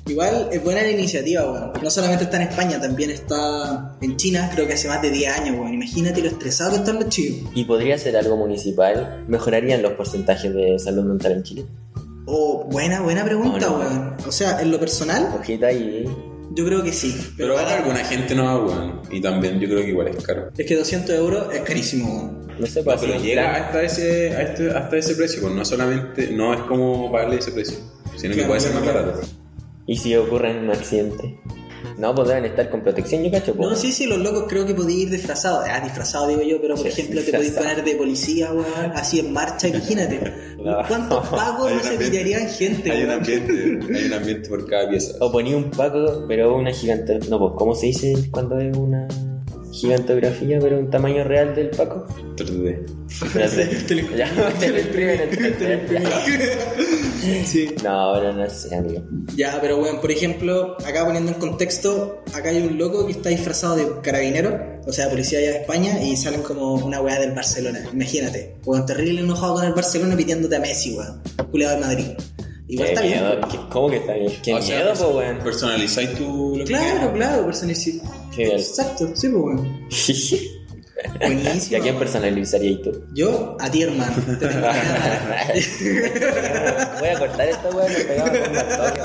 Speaker 4: Igual es buena la iniciativa, weón. No solamente está en España, también está en China, creo que hace más de 10 años, weón. Imagínate lo estresado que están los chicos.
Speaker 2: Y podría ser algo municipal, mejorarían los porcentajes de salud mental en Chile.
Speaker 4: Oh, buena, buena pregunta,
Speaker 2: Oh, no.
Speaker 4: weón. O sea, en lo personal,
Speaker 2: Ojita y.
Speaker 4: yo creo que sí.
Speaker 3: Pero
Speaker 4: para
Speaker 3: para alguna gente no va, weón. Y también yo creo que igual es caro.
Speaker 4: Es que 200 euros es carísimo, weón.
Speaker 2: No sé,
Speaker 3: No,
Speaker 2: puede ser
Speaker 3: pero
Speaker 2: un
Speaker 3: llega eh.
Speaker 2: plan.
Speaker 3: hasta ese, a este- hasta ese precio, pues no solamente, no es como pagarle ese precio, sino que
Speaker 4: Claro,
Speaker 3: puede ser más
Speaker 4: claro.
Speaker 3: barato.
Speaker 2: ¿Y si ocurre un accidente? No, pues deben estar con protección, yo cacho. po.
Speaker 4: No, sí, sí, los locos creo que podéis ir disfrazados. Ah, disfrazado digo yo, pero por
Speaker 2: Sí,
Speaker 4: ejemplo te podéis
Speaker 2: disfrazado.
Speaker 4: poner de policía, weón, así en marcha, imagínate.
Speaker 2: <laughs> No.
Speaker 4: ¿Cuántos pagos
Speaker 3: Hay
Speaker 4: no
Speaker 3: un
Speaker 4: se
Speaker 3: ambiente.
Speaker 4: pillarían gente,
Speaker 3: Hay un
Speaker 4: weón?
Speaker 3: ambiente, hay un ambiente por cada pieza.
Speaker 2: O ponía un paco, pero una gigante. No, pues, ¿cómo se dice cuando es una gigantografía, pero un tamaño real del paco?
Speaker 3: 3D. <laughs>
Speaker 2: Espérate.
Speaker 4: Te lo-
Speaker 2: Ya, te lo imprimen en 3D.
Speaker 4: Sí.
Speaker 2: No, ahora no sé, amigo.
Speaker 4: Ya, pero bueno, por ejemplo, acá poniendo en contexto, acá hay un loco que está disfrazado de carabinero, o sea, de policía allá de España, y salen como una weá del Barcelona. Imagínate, weón, terrible enojado con el Barcelona pidiéndote a Messi, weón, culiado del Madrid. Igual
Speaker 2: Qué
Speaker 4: está bien.
Speaker 2: miedo. ¿Qué- ¿Cómo que está bien? Qué
Speaker 3: O sea,
Speaker 2: miedo,
Speaker 3: perso-
Speaker 2: po, weón.
Speaker 3: Personalizáis tu lo que
Speaker 4: Claro, claro, personalizar.
Speaker 2: Qué bien.
Speaker 4: Exacto, sí, pues bueno.
Speaker 2: <laughs> ¿Y
Speaker 4: Buenísimo.
Speaker 2: a quién personalizaría y tú?
Speaker 4: Yo, a ti,
Speaker 2: <laughs>
Speaker 4: hermano. Te tengo la cámara.
Speaker 2: Voy a cortar esta weón, me pegaba con un toque,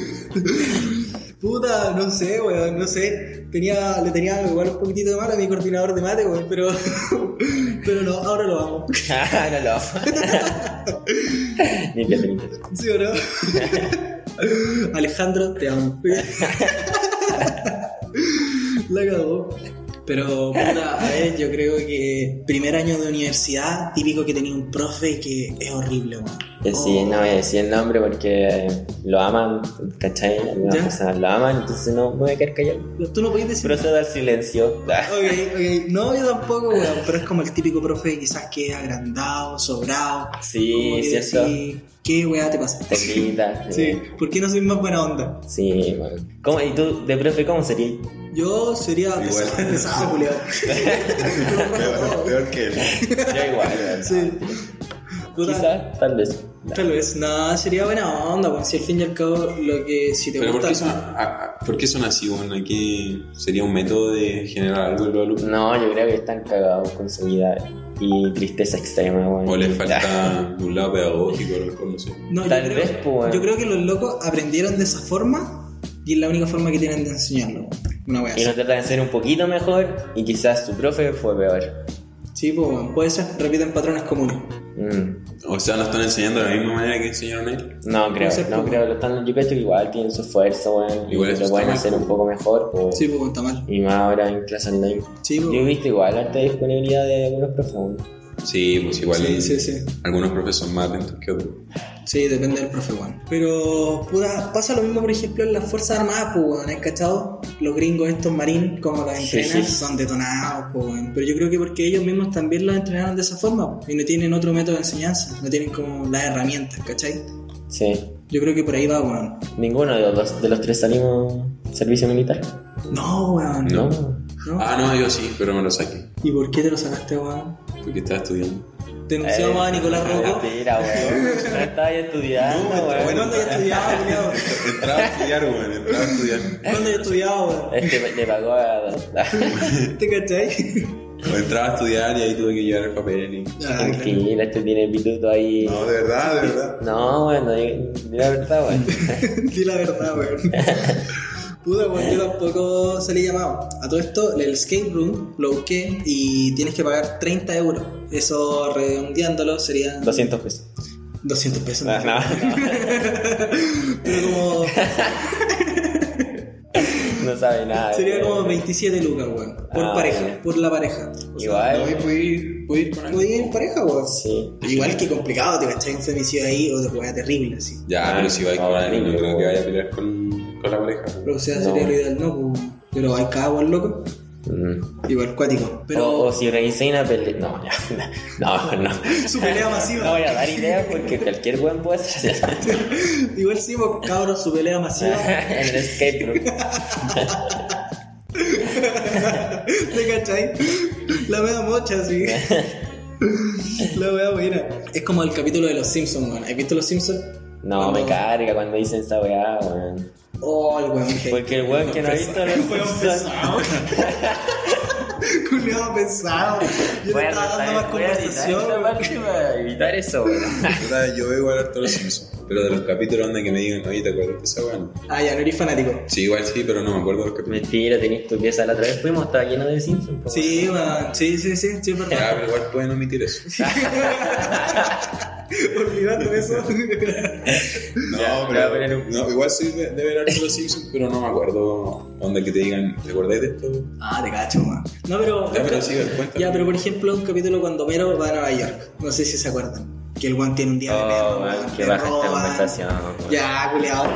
Speaker 3: <laughs>
Speaker 2: weón.
Speaker 4: Puta, no sé, weón, no sé. Tenía, le tenía igual un poquitito de mal a mi coordinador de mate, weón, pero, <laughs> pero no, ahora lo amo.
Speaker 2: Ah, no lo- Ni que ni que.
Speaker 4: ¿Sí o
Speaker 2: <laughs>
Speaker 4: no? Alejandro, te amo. La cagó. Pero, puta, a ver, yo creo que primer año de universidad, típico que tenía un profe que es horrible, weón. Oh,
Speaker 2: Que Eh, sí, no voy a decir el nombre porque eh, lo aman, ¿cachai? Algunas
Speaker 4: ¿Ya?
Speaker 2: personas lo aman, entonces no me voy a quedar callado.
Speaker 4: no. Tú no podías decir
Speaker 2: Procedo al silencio. <laughs>
Speaker 4: Ok, ok. No, yo tampoco, weón. Pero es como el típico profe, quizás que es agrandado, sobrado.
Speaker 2: Sí,
Speaker 4: Como que
Speaker 2: cierto.
Speaker 4: decís, ¿Qué weá te pasa?
Speaker 2: Te gritas.
Speaker 4: <laughs> Sí, ¿por qué no soy más buena onda?
Speaker 2: Sí, weón. ¿Cómo- ¿Y tú, de profe, cómo serías?
Speaker 4: Yo sería
Speaker 3: Igual.
Speaker 4: pes- pesado,
Speaker 2: <laughs>
Speaker 4: culiao.
Speaker 3: Peor, peor que él.
Speaker 2: Yo igual, weón.
Speaker 4: Sí. Puta,
Speaker 2: Quizás, tal vez.
Speaker 4: Tal vez, no, sería buena onda, pues, si al fin y al cabo lo que si te
Speaker 3: Pero ¿por
Speaker 4: gusta.
Speaker 3: qué son, a- a- ¿por qué son así? Bueno, aquí sería un método de generar algo en los alumnos.
Speaker 2: No, yo creo que están cagados con su vida y tristeza extrema, weón.
Speaker 3: O les <laughs> falta un lado pedagógico, a lo mejor, no sé.
Speaker 4: No,
Speaker 2: Tal
Speaker 4: yo, creo,
Speaker 2: vez, pues, weón.
Speaker 4: yo creo que los locos aprendieron de esa forma y es la única forma que tienen de enseñarlo. weón. Una wea
Speaker 2: Y
Speaker 4: así.
Speaker 2: nos tratan de ser un poquito mejor y quizás su profe fue peor.
Speaker 4: Sí, pues, weón, puede ser, repiten patrones comunes.
Speaker 2: Mm,
Speaker 3: O sea, no están enseñando de la misma manera que enseñaron él.
Speaker 2: No creo,
Speaker 4: ser
Speaker 2: no
Speaker 4: como-
Speaker 2: creo. Lo están, yo creo que igual tienen su esfuerzo, weón. y
Speaker 3: Igual eso
Speaker 2: lo
Speaker 3: está
Speaker 2: pueden
Speaker 3: mal,
Speaker 2: hacer un
Speaker 3: pues.
Speaker 2: poco mejor. o-
Speaker 4: Sí, pues, weón, está mal.
Speaker 2: Y más ahora en clase online.
Speaker 4: Sí, pues,
Speaker 2: Yo he visto igual harta disponibilidad de algunos profes. weón.
Speaker 3: Sí, pues igual.
Speaker 4: Sí, sí, sí.
Speaker 3: Algunos profes son más atentos que otros.
Speaker 4: Sí, depende del profe, weón. Pero, puta, pasa lo mismo, por ejemplo, en las Fuerzas Armadas, pues, weón, ¿has cachado? Los gringos estos marines, como los entrenan,
Speaker 2: Sí.
Speaker 4: son detonados, pues, weón. Pero yo creo que porque ellos mismos también los entrenaron de esa forma, pues, y no tienen otro método de enseñanza, no tienen como las herramientas, ¿cachai?
Speaker 2: Sí.
Speaker 4: Yo creo que por ahí va, weón.
Speaker 2: Ninguno de los, dos- de los tres salimos servicio militar.
Speaker 4: No, weón.
Speaker 3: No.
Speaker 4: ¿no?
Speaker 3: Ah, no, yo sí, pero me lo saqué.
Speaker 4: ¿Y por qué te lo sacaste, weón?
Speaker 3: Porque estaba estudiando.
Speaker 4: Denunciamos
Speaker 2: Eh,
Speaker 4: a Nicolás Rocco.
Speaker 2: Mentira, weón. No estaba estudiando, weón.
Speaker 4: ¿Cuándo había estudiado, culiao?
Speaker 3: Entraba a estudiar, weón. Entraba a estudiar.
Speaker 4: ¿Cuándo había estudiado, weón?
Speaker 2: Este le pagó a.
Speaker 4: ¿Te cachai?
Speaker 3: O entraba a estudiar y ahí tuve que llevar el papel. Y...
Speaker 4: Ah, claro.
Speaker 2: Tranquila, este tiene pituto ahí.
Speaker 3: No, de verdad, de verdad.
Speaker 2: No, weón, no, di- di la verdad,
Speaker 4: <laughs>
Speaker 2: weón.
Speaker 4: Di la
Speaker 2: <laughs>
Speaker 4: verdad, weón. Puta, weón, yo tampoco salí llamado. A todo esto, el escape room lo busqué y tienes que pagar 30 euros. Eso redondeándolo serían
Speaker 2: 200 pesos.
Speaker 4: 200 pesos.
Speaker 2: Ah, No, no, no,
Speaker 4: Pero como,
Speaker 2: <laughs> no sabe nada.
Speaker 4: sería
Speaker 2: weón. <laughs>
Speaker 4: como 27 lucas, weón. Por
Speaker 2: Ah,
Speaker 4: pareja,
Speaker 2: vale.
Speaker 4: por la pareja.
Speaker 2: Igual.
Speaker 3: No, y pude ir, pude ir con alguien.
Speaker 4: Podía ir en pareja, weón.
Speaker 2: Sí.
Speaker 4: Igual que complicado, te cachai un femicidio ahí o te weá terrible, así.
Speaker 3: Ya, pero si va a ir con
Speaker 2: No,
Speaker 3: alguien, Ah, no
Speaker 2: horrible,
Speaker 3: creo que
Speaker 2: weón.
Speaker 3: vaya a pelear con, con la pareja.
Speaker 4: Pero o sea,
Speaker 2: No.
Speaker 4: sería lo ideal, no, pues. Pero hay cada weón loco,
Speaker 2: Mm.
Speaker 4: igual cuático.
Speaker 2: O,
Speaker 4: Pero
Speaker 2: o si organizáis una pelea. No, ya. <laughs> No, no.
Speaker 4: <laughs> su pelea masiva.
Speaker 2: oh. No voy a dar ideas pues, porque cualquier weón puede hacer <laughs>
Speaker 4: Igual sí, pues, cabros, su pelea masiva.
Speaker 2: en el escape room.
Speaker 4: ¿Te cachai? La wea mocha, sí. La wea buena. Es como el capítulo de los Simpsons, weón. ¿Has visto los Simpsons?
Speaker 2: No, me carga cuando dicen esa weá, weón.
Speaker 4: Oh, el weón. <laughs>
Speaker 2: Porque el <laughs> weón que no ha visto los Simpsons.
Speaker 4: Culeado pesado. Yo
Speaker 2: Voy
Speaker 4: te
Speaker 2: a
Speaker 4: estaba dando más
Speaker 2: retar- voy a editar
Speaker 4: conversación.
Speaker 2: esta parte para evitar eso, weón. <laughs>
Speaker 3: Puta, Yo veo igual a todos los Simpsons, pero de los capítulos donde que me digan, oye, ¿te acuerdas de esa weón?
Speaker 4: Ah, ya, no eres fanático.
Speaker 3: Sí, igual sí, pero no me acuerdo de los capítulos.
Speaker 2: Mentira, tenés tu pieza la otra <laughs> vez fuimos, estaba lleno de Simpsons. po.
Speaker 4: Sí, weón. Sí, sí, sí, sí,
Speaker 3: Ya,
Speaker 4: es verdad.
Speaker 3: pero igual pueden omitir <laughs> eso.
Speaker 4: <laughs> Olvidando eso.
Speaker 3: No,
Speaker 2: Ya, voy a poner
Speaker 3: pero.
Speaker 2: un-
Speaker 3: No, igual soy de, de ver harto los Simpsons, pero no me acuerdo donde que te digan, ¿te acordáis de esto?
Speaker 4: ah, te cacho, weón. No, pero.
Speaker 3: Ya, pero sí, cuéntame.
Speaker 4: Ya, pero por ejemplo, un capítulo cuando Homero va a Nueva York. No sé si se acuerdan. Que el weón tiene un día de
Speaker 2: Oh,
Speaker 4: perro,
Speaker 2: man,
Speaker 4: weón,
Speaker 2: qué
Speaker 4: le
Speaker 2: baja esta
Speaker 4: roban.
Speaker 2: conversación. weón.
Speaker 4: Ya,
Speaker 2: <laughs>
Speaker 4: culeado.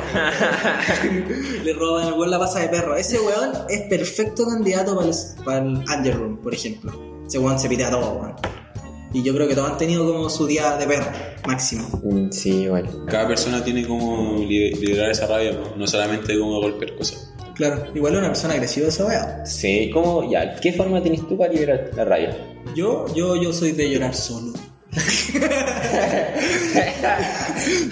Speaker 4: Le roban al weón la pasa de perro. Ese weón es perfecto candidato para el, para el Underroom, por ejemplo. Ese weón se pitea todo, weón. Y yo creo que todos han tenido como su día de perro máximo.
Speaker 2: Mm, Sí, bueno.
Speaker 3: Cada persona tiene como li- liberar esa rabia, ¿no? no solamente como golpear cosas.
Speaker 4: Claro, igual es una persona agresiva esa weá.
Speaker 2: Sí, ¿cómo? Ya, ¿qué forma tenés tú para liberar la rabia?
Speaker 4: Yo, yo, yo soy de
Speaker 2: <laughs>
Speaker 4: llorar solo.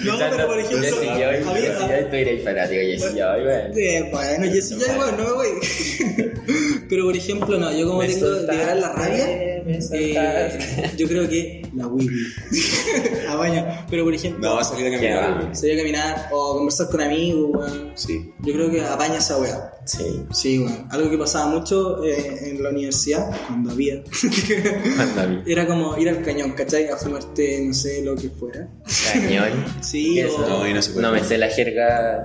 Speaker 4: no, pero por
Speaker 2: Yo
Speaker 4: ejemplo,
Speaker 2: sí, yo, yo,
Speaker 4: a mí-
Speaker 2: sí, yo estoy ahí fanático, yo sí, yo, weón.
Speaker 4: Eh, bueno, yo sí, ya igual, no me voy. <laughs> Pero por ejemplo, no, yo como
Speaker 2: Me
Speaker 4: tengo de
Speaker 2: soltaste,
Speaker 4: ganar la rabia,
Speaker 2: me soltaste.
Speaker 4: eh, yo creo que la Wii. <laughs> A baño. Pero por ejemplo,
Speaker 3: No, salir a
Speaker 2: Ya.
Speaker 3: caminar. güey.
Speaker 4: salir a caminar o conversar con amigos, weón.
Speaker 3: Sí.
Speaker 4: Yo creo que apaña esa weá.
Speaker 2: Sí,
Speaker 4: Sí, weón. Algo que pasaba mucho eh, en la universidad, cuando había. <laughs>
Speaker 2: anda bien.
Speaker 4: Era como ir al cañón, ¿cachai? A fumarte, no sé, lo que fuera.
Speaker 2: <laughs> Cañón.
Speaker 4: Sí,
Speaker 2: ¿Qué es
Speaker 4: o-
Speaker 2: eso?
Speaker 3: No, y no se puede.
Speaker 2: No me sé la jerga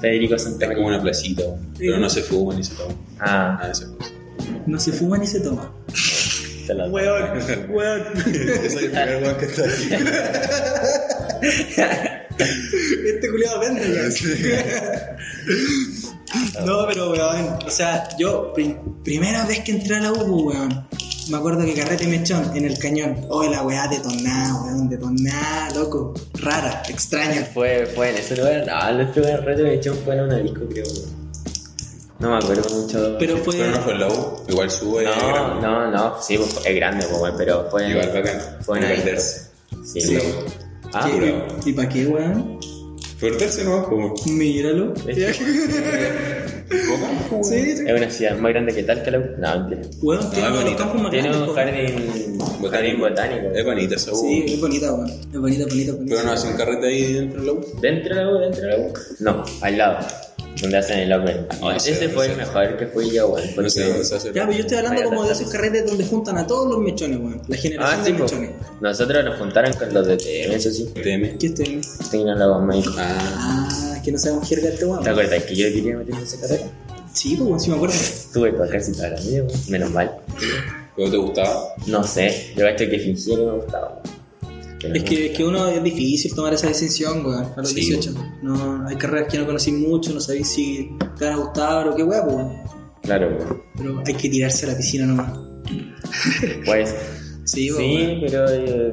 Speaker 2: Federico
Speaker 3: Es como
Speaker 2: Santamaría.
Speaker 3: una placita, güey. pero no se fuma ni se toma.
Speaker 2: Ah,
Speaker 3: Nada de esas cosas.
Speaker 4: No se fuma ni se toma.
Speaker 2: se la
Speaker 4: Weón, weón.
Speaker 3: Ese es el primer weón que está aquí.
Speaker 4: <laughs> Este culiado vende <laughs> ya. No, pero weón, o sea, yo, pri- primera vez que entré a la U, weón, Me acuerdo que carrete mechón en el cañón. Oh, la weá detonada, weón, detonada, loco. Rara, extraña.
Speaker 2: Fue, fue en ese lugar. No, el otro lugar reto de hecho fue en una disco, creo. weón. No me acuerdo mucho.
Speaker 4: Pero fue.
Speaker 3: Pero no fue en la U, igual subo es
Speaker 2: No,
Speaker 3: grande.
Speaker 2: no, no. Sí, pues, es grande, pues, weón, pero fue.
Speaker 3: Igual bacán.
Speaker 2: Fue en
Speaker 3: No
Speaker 2: una disco.
Speaker 3: perderse.
Speaker 2: Sí,
Speaker 4: Sí.
Speaker 2: la U. Ah,
Speaker 4: ¿Qué?
Speaker 3: pero-
Speaker 4: ¿Y para qué, weón?
Speaker 3: Perderse no, como.
Speaker 4: Míralo. <laughs> Sí, sí.
Speaker 2: es una ciudad más grande que Talca, U. No, mentira.
Speaker 4: Weón,
Speaker 3: es
Speaker 4: tiene uno de los
Speaker 3: bonito.
Speaker 4: campos más
Speaker 2: Ah, Tiene
Speaker 4: grandes,
Speaker 2: un
Speaker 4: po.
Speaker 2: jardín botánico. Jardín botánico.
Speaker 3: Es bonita esa U.
Speaker 4: Sí, es bonita, weón. Es bonita, bonita, bonita.
Speaker 3: Pero no hacen carrete ahí dentro de la U.
Speaker 2: ¿Dentro de la U? ¿Dentro de la U? No, al lado. Donde hacen el Open.
Speaker 3: No sé,
Speaker 2: Ese
Speaker 3: no
Speaker 2: fue
Speaker 3: sé.
Speaker 2: el mejor que fui yo, weón.
Speaker 3: No
Speaker 2: porque-
Speaker 3: sé dónde se hace.
Speaker 4: Ya, pero yo estoy hablando
Speaker 2: Vaya,
Speaker 4: como de
Speaker 2: tanta-
Speaker 4: esos carretes donde juntan a todos los mechones, weón. La generación
Speaker 2: Ah, sí,
Speaker 4: de
Speaker 2: po.
Speaker 4: mechones.
Speaker 2: Nosotros nos juntaron con los de TM, eso sí.
Speaker 3: TM.
Speaker 4: ¿Qué estoy?
Speaker 2: Tecnólogos médicos.
Speaker 3: Ah,
Speaker 4: Ah, que no sabemos jerga este
Speaker 2: ¿Te
Speaker 4: weón.
Speaker 2: acuerdas que yo quería meterme en esa carrera?
Speaker 4: Sí, pues, weón, sí me acuerdo.
Speaker 2: Estuve para casi toda la vida, weón. Menos mal.
Speaker 3: ¿pero te gustaba?
Speaker 2: No sé, yo gacho que fingía que me gustaba. Pero
Speaker 4: Es
Speaker 2: no.
Speaker 4: que, es que uno es difícil tomar esa decisión, weón, a los
Speaker 3: Sí,
Speaker 4: 18. No, hay carreras que no conocí mucho, no sabéis si te van a gustar o qué weón, pues, weón.
Speaker 2: Claro, weón.
Speaker 4: Pero hay que tirarse a la piscina nomás.
Speaker 2: Pues.
Speaker 4: Sí, weón.
Speaker 2: Sí, pero. eh,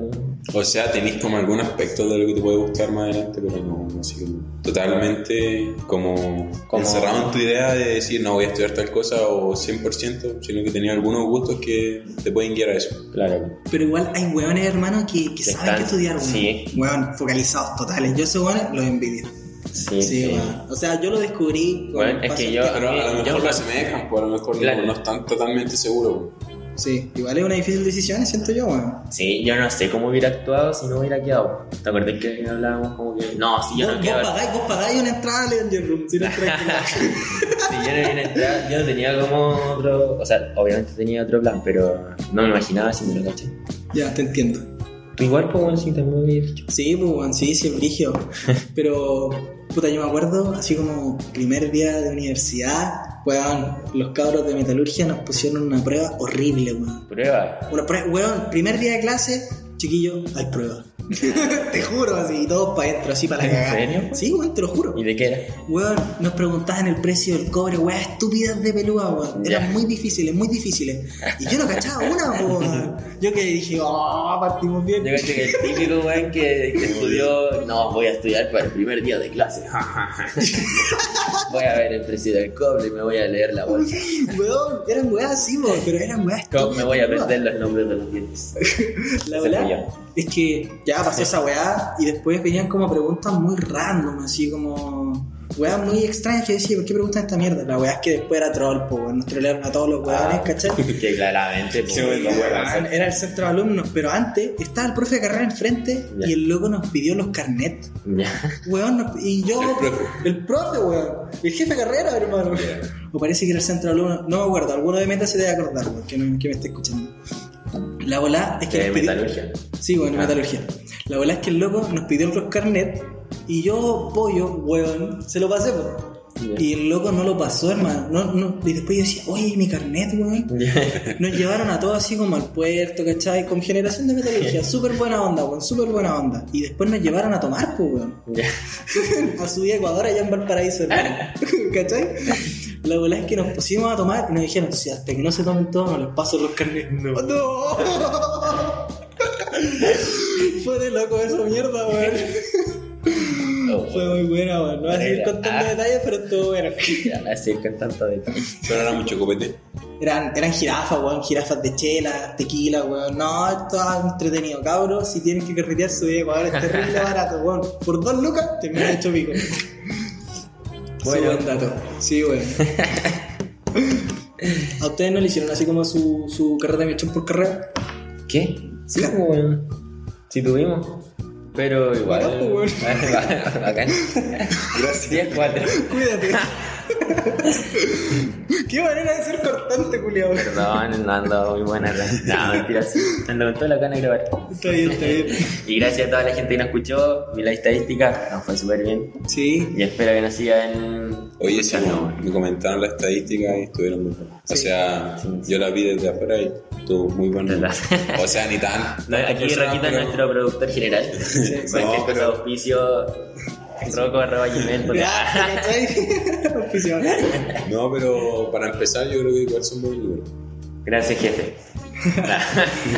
Speaker 3: O sea, tenéis como algún aspecto de lo que te puede gustar más adelante, pero no, no así como totalmente como,
Speaker 2: Como-
Speaker 3: encerrado en tu idea de decir no voy a estudiar tal cosa o 100%, sino que tenía algunos gustos que te pueden guiar a eso.
Speaker 2: Claro.
Speaker 4: Pero igual hay weones, hermano, que, que
Speaker 2: Que
Speaker 4: saben que
Speaker 2: están-
Speaker 4: estudiar, weón.
Speaker 2: sí.
Speaker 4: Weón, focalizados totales. Yo esos weones los envidio.
Speaker 2: Sí,
Speaker 4: Sí,
Speaker 2: sí.
Speaker 4: weón. O sea, yo lo descubrí. con
Speaker 2: Bueno,
Speaker 4: el
Speaker 2: es
Speaker 4: paso
Speaker 2: que
Speaker 4: del
Speaker 2: yo-
Speaker 4: tiempo.
Speaker 3: Pero a lo
Speaker 2: Yo-
Speaker 3: mejor lo asemejan, pues a lo mejor no-
Speaker 2: Claro.
Speaker 3: no, están totalmente seguros.
Speaker 4: Sí, igual es una difícil decisión, siento yo, weón.
Speaker 2: Sí, yo no sé cómo hubiera actuado si no hubiera quedado. ¿Te acordás que hablábamos como que.? No, si yo
Speaker 4: vos,
Speaker 2: no
Speaker 4: vos
Speaker 2: quedo.
Speaker 4: pagáis, vos pagáis una entrada al Angel Room, si
Speaker 2: <laughs>
Speaker 4: no entráis con la-
Speaker 2: Si yo no hubiera entrado, yo no tenía como otro. O sea, obviamente tenía otro plan, pero no me imaginaba si me lo caché.
Speaker 4: Ya, te entiendo.
Speaker 2: Tú igual, pues, bueno, sí, también hubiera dicho.
Speaker 4: Sí, pues, weón, sí, sí, es brigio. Pero, puta, yo me acuerdo, así como primer día de universidad, weón, los cabros de metalurgia nos pusieron una prueba horrible, weón.
Speaker 2: Prueba.
Speaker 4: Una prueba, weón, primer día de clase, chiquillo, hay prueba. <laughs> te juro, así, todos para adentro, así para la
Speaker 2: ¿En
Speaker 4: cagada.
Speaker 2: serio?
Speaker 4: Sí, weón, te lo juro.
Speaker 2: ¿Y de qué era? <laughs>
Speaker 4: Weón, nos preguntaban el precio del cobre, weón, estúpidas de pelúa, weón. Eran
Speaker 2: Ya.
Speaker 4: muy difíciles, muy difíciles. Y yo no cachaba una, weón. Yo que dije, oh, partimos bien.
Speaker 2: Yo caché que el típico weón que, que estudió. No, voy a estudiar para el primer día de clase. ja, ja, ja". <laughs> voy a ver el precio del cobre y me voy a leer la bolsa.
Speaker 4: <laughs> Weón, eran weas así, weón, pero eran weas
Speaker 2: Co- Me voy a
Speaker 4: estúpidas,
Speaker 2: aprender los nombres de los dientes.
Speaker 4: <laughs> La
Speaker 2: Ese fui
Speaker 4: verdad es que ya pasó esa weá y después venían como preguntas muy random, así como weá muy extrañas que yo decía, ¿por qué preguntan esta mierda? La weá es que después era troll, po, weón. nos trolearon a todos los weones,
Speaker 2: Ah.
Speaker 4: ¿cachai?
Speaker 2: yo. Que claramente, pues,
Speaker 3: <laughs> Sí, bueno,
Speaker 2: no puedo
Speaker 3: weón.
Speaker 2: hacer.
Speaker 4: Era el centro de alumnos, pero antes estaba el profe de carrera enfrente
Speaker 2: Ya.
Speaker 4: y el loco nos pidió los carnets.
Speaker 2: Ya.
Speaker 3: <laughs>
Speaker 4: Weón, nos- y yo.
Speaker 3: El profe.
Speaker 4: El profe, weón. El jefe de carrera, hermano. O parece que era el centro de alumnos. No me acuerdo, alguno de meta se debe acordar, weón, que, no- que me está escuchando. La bola es que.
Speaker 2: Eh,
Speaker 4: nos pidió-
Speaker 2: metalurgia.
Speaker 4: Sí, bueno, metalurgia. La bola es que el loco nos pidió los carnet y yo, pollo, weón, se lo pasé, po.
Speaker 2: Ya.
Speaker 4: Y el loco no lo pasó, hermano. No, no. Y después yo decía, oye, ¿y mi carnet, weón.
Speaker 2: <laughs>
Speaker 4: Nos llevaron a todos así como al puerto, ¿cachai? Con generación de
Speaker 2: <laughs>
Speaker 4: metalurgia, súper buena onda, weón, súper buena onda. Y después nos llevaron a tomar, pues, weón.
Speaker 2: Ya.
Speaker 4: <laughs> A subir a Ecuador allá en
Speaker 2: <laughs>
Speaker 4: Valparaíso, hermano. ¿cachai? La verdad es que nos pusimos a tomar y nos dijeron, si hasta que no se tomen todos, no les paso los carnes. <laughs> No. Fue de loco esa mierda, weón.
Speaker 2: Oh,
Speaker 4: Fue muy buena, weón. No voy a seguir
Speaker 2: Ah.
Speaker 4: contando detalles, pero estuvo bueno.
Speaker 2: Ya, así con tanto detalle.
Speaker 3: Pero era mucho copete.
Speaker 4: <laughs> Eran, eran jirafas, weón, jirafas de chela, tequila, weón. No, estaba entretenido, cabros. Si tienen que carretear su día, weón, es <laughs> terrible barato, weón. Por dos lucas, te me hecho pico.
Speaker 2: Bueno.
Speaker 4: Bueno, buen dato. Sí, weón. <laughs> ¿A ustedes no le hicieron así como su, su carrera de mechón por carrera?
Speaker 2: ¿Qué? Sí,
Speaker 4: Ca-
Speaker 2: pues, weón. Sí tuvimos. Pero igual.
Speaker 4: Bacán, pues,
Speaker 2: <laughs> Bacán. Gracias. 10-4.
Speaker 4: Cuídate. Qué manera de ser cortante, culiao.
Speaker 2: Perdón, no ando muy buena. <laughs> No, mentira. sí. Ando con toda la gana de grabar.
Speaker 4: Está bien, está bien.
Speaker 2: Y gracias a toda la gente que nos escuchó. Vi la estadística. Nos fue súper bien.
Speaker 4: Sí.
Speaker 2: Y espero que nos sigan.
Speaker 3: Oye, sí,
Speaker 2: escuchando, weón.
Speaker 3: me comentaron las estadísticas y estuvieron muy buenas. O sea, yo las vi desde afuera y estuvo muy bueno.
Speaker 2: ¿Verdad?
Speaker 3: O sea, ni tan.
Speaker 2: <laughs> No, aquí
Speaker 3: personas,
Speaker 2: Raquita,
Speaker 3: pero-
Speaker 2: nuestro productor general.
Speaker 4: sí.
Speaker 2: Cualquier
Speaker 3: No,
Speaker 2: cosa de
Speaker 3: pero-
Speaker 2: auspicio, roco arroba gmail punto com.
Speaker 4: <laughs> Ya, ¿cachai? <laughs> Oficial.
Speaker 3: No, pero para empezar, yo creo que igual son muy buenos.
Speaker 2: Gracias, jefe.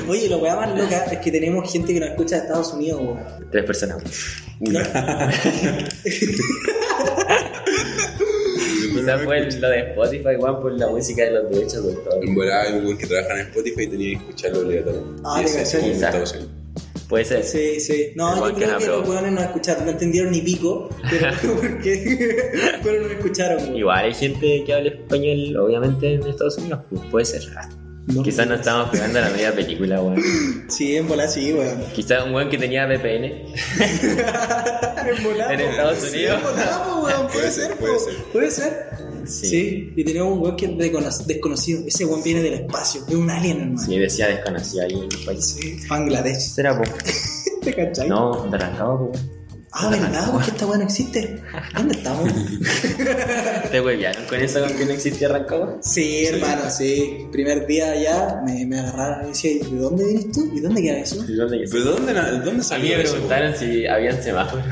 Speaker 4: Oye, lo weá más loca es que tenemos gente que nos escucha de Estados Unidos, weón.
Speaker 2: Tres personas. Quizás fue lo de Spotify, weón, por la música de los derechos de autor.
Speaker 3: En verdad, hay un weón que trabaja en Spotify y tenía que escucharlo obligatoriamente.
Speaker 4: Ah,
Speaker 3: Y ese
Speaker 4: te
Speaker 3: es
Speaker 4: caché.
Speaker 3: como
Speaker 2: Quizá.
Speaker 3: Estados Unidos.
Speaker 2: Puede ser.
Speaker 4: Sí, sí. No,
Speaker 2: Igual
Speaker 4: yo
Speaker 2: que
Speaker 4: creo
Speaker 2: la
Speaker 4: que
Speaker 2: pro.
Speaker 4: los weones no escucharon, no entendieron ni pico, pero
Speaker 2: <laughs>
Speaker 4: <laughs> porque <laughs> pero no escucharon, weón.
Speaker 2: Igual hay gente que habla español, obviamente, en Estados Unidos. pues, puede ser. Ah,
Speaker 4: No.
Speaker 2: Quizás no estamos pegando a la media película, weón.
Speaker 4: Sí, en bola sí, weón.
Speaker 2: Quizás un weón que tenía VPN.
Speaker 4: En bola,
Speaker 2: En
Speaker 4: po.
Speaker 2: Estados
Speaker 4: Sí,
Speaker 2: Unidos.
Speaker 4: en bola, po, weón.
Speaker 2: <laughs>
Speaker 4: Puede ser,
Speaker 3: puede
Speaker 4: po.
Speaker 3: ser.
Speaker 4: Puede ser. Sí. y tenemos un weón que es descono- desconocido. Ese weón viene del espacio, es un alien, hermano.
Speaker 2: Sí, decía desconocido ahí en el país.
Speaker 4: Sí, Bangladesh.
Speaker 2: ¿Será, po?
Speaker 4: ¿Te cachai?
Speaker 2: No, de Rancagua, po, weón.
Speaker 4: Ah, ¿verdad? Porque esta weá no existe. ¿Dónde estamos?
Speaker 2: ¿Te huevearon con eso con que no existía Rancagua?
Speaker 4: Sí, hermano, sí. Primer día allá me, me agarraron y decía, "¿Y ¿de dónde vienes tú? ¿Y dónde queda eso?
Speaker 2: ¿De dónde
Speaker 3: ¿Pero dónde, na- dónde
Speaker 2: A mí
Speaker 3: salió
Speaker 2: me
Speaker 3: eso? weón?
Speaker 2: preguntaron si habían semáforos.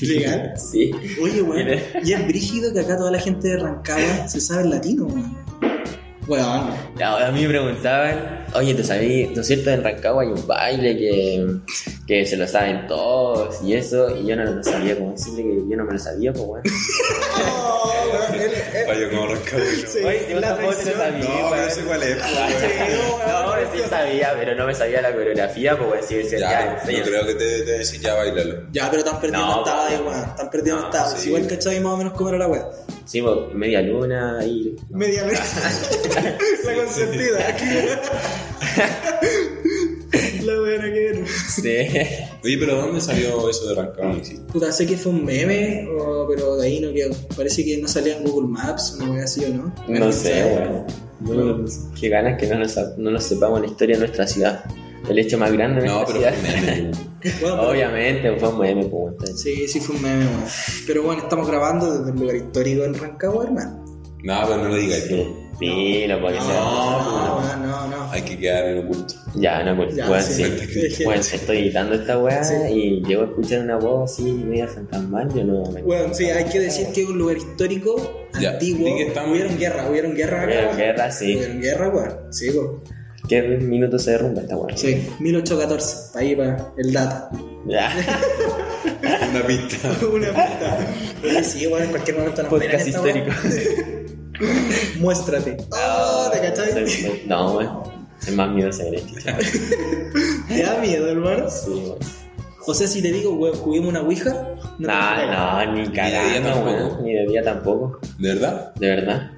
Speaker 4: Legal.
Speaker 2: <laughs> Sí.
Speaker 4: Oye, weón. Y es brígido que acá toda la gente de
Speaker 2: <laughs>
Speaker 4: Rancagua se sabe el latino, weón. Weón.
Speaker 2: A a mí me preguntaban, oye, ¿te sabí, ¿no es cierto? En Rancagua hay un baile que, que se lo saben todos y eso, y yo no lo sabía, como decirle que yo no me lo sabía,
Speaker 3: <laughs>
Speaker 2: pues bueno.
Speaker 3: Fallo como rascado.
Speaker 2: Oye, yo tampoco te lo sabía,
Speaker 3: No,
Speaker 2: weón.
Speaker 3: pero sé cuál es.
Speaker 2: No, ahora sí sabía, pero no me sabía la coreografía, pues bueno, sí, decía, ya,
Speaker 3: Ya, yo
Speaker 2: enséñame.
Speaker 3: creo que te te decís ya bailalo.
Speaker 4: Ya, pero están perdiendo
Speaker 2: No,
Speaker 4: hasta
Speaker 2: weón.
Speaker 4: weón. Están perdiendo
Speaker 2: No,
Speaker 4: hasta.
Speaker 3: sí.
Speaker 4: Igual cachai más o menos cómo era la weá.
Speaker 2: Sí, pues, media luna y...
Speaker 4: Media
Speaker 2: <laughs>
Speaker 4: vez. la consentida. la buena que era.
Speaker 2: Sí.
Speaker 3: Oye, pero ¿dónde salió eso de Rancagua? No existe.
Speaker 4: Puta, sé que fue un meme, o- pero de ahí no quedó. Parece que no salía en Google Maps, una wea así o no.
Speaker 2: <laughs> No sé,
Speaker 4: ¿Sabe?
Speaker 2: weón. No, Qué ganas que no nos, no nos sepamos la historia de nuestra ciudad. El hecho más grande de
Speaker 3: No,
Speaker 2: nuestra
Speaker 3: pero fue
Speaker 2: ciudad.
Speaker 3: un meme.
Speaker 4: Bueno,
Speaker 2: <laughs>
Speaker 4: pero-
Speaker 2: Obviamente, fue un meme, pues bueno, entonces.
Speaker 4: Sí, sí fue un meme, weón. Pero bueno, estamos grabando desde un lugar histórico en Rancagua, hermano.
Speaker 3: No, pero no lo digas.
Speaker 2: Sí, Filo, porque pues, sea.
Speaker 4: no,
Speaker 3: pues.
Speaker 4: weón, Ah, no, no.
Speaker 3: Hay que quedar en oculto.
Speaker 2: Ya, no, pues,
Speaker 4: Ya,
Speaker 2: weón,
Speaker 4: sí.
Speaker 2: sí.
Speaker 4: Es <laughs> que-
Speaker 2: Weón, estoy editando esta weá
Speaker 4: Sí.
Speaker 2: y llego a escuchar una voz así media fantasmal, yo no me.
Speaker 4: Bueno, sí, hay que decir que es un lugar histórico,
Speaker 3: Ya,
Speaker 4: antiguo.
Speaker 3: di que estamos-
Speaker 4: Hubieron guerra, hubieron guerra acá,
Speaker 2: Hubieron
Speaker 4: weón.
Speaker 2: guerra, sí.
Speaker 4: Hubieron guerra, weón. Sí, weón.
Speaker 2: ¿Qué minuto se derrumba esta weá?
Speaker 4: Sí, 1814, para ahí para el dato.
Speaker 2: <laughs> Ya,
Speaker 3: Una pista.
Speaker 4: Una puta. Oye, Sí, weón, en cualquier momento nos
Speaker 2: podcast
Speaker 4: pegan esta
Speaker 2: histórico.
Speaker 4: <laughs>
Speaker 2: Ah,
Speaker 4: weá. Muéstrate. Oh,
Speaker 2: <laughs>
Speaker 4: ¿te cachai?
Speaker 2: Soy- No, weón. Es más miedo ese derecho.
Speaker 4: <laughs> ¿Te da miedo, hermano?
Speaker 2: Sí, weón.
Speaker 4: O sea, si te digo, weón, juguemos una Ouija. te
Speaker 2: No,
Speaker 4: creo.
Speaker 2: no, ni
Speaker 3: día
Speaker 2: cagando,
Speaker 3: tampoco.
Speaker 2: weón. Ni de día tampoco.
Speaker 3: ¿De verdad?
Speaker 2: De verdad.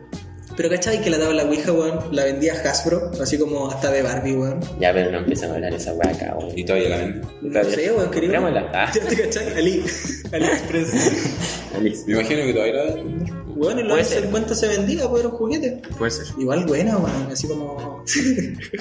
Speaker 4: Pero cachai que la tabla Ouija, weón, la vendía Hasbro, así como hasta de Barbie, weón.
Speaker 2: Ya, pero no empiezan a hablar esa weá acá, weón.
Speaker 3: Y todavía la venden.
Speaker 4: No sé, weón, querido.
Speaker 2: Comprémosla. Ah,
Speaker 4: <laughs> ¿Ya te cachai? Ali,
Speaker 2: <laughs>
Speaker 4: AliExpress.
Speaker 2: Alex.
Speaker 3: Me imagino que todavía la venden.
Speaker 4: Weón, en los
Speaker 2: Puede
Speaker 4: años
Speaker 2: ser.
Speaker 4: 50 se vendía, weón, era un juguete.
Speaker 2: Puede ser.
Speaker 4: Igual buena, weón, así como.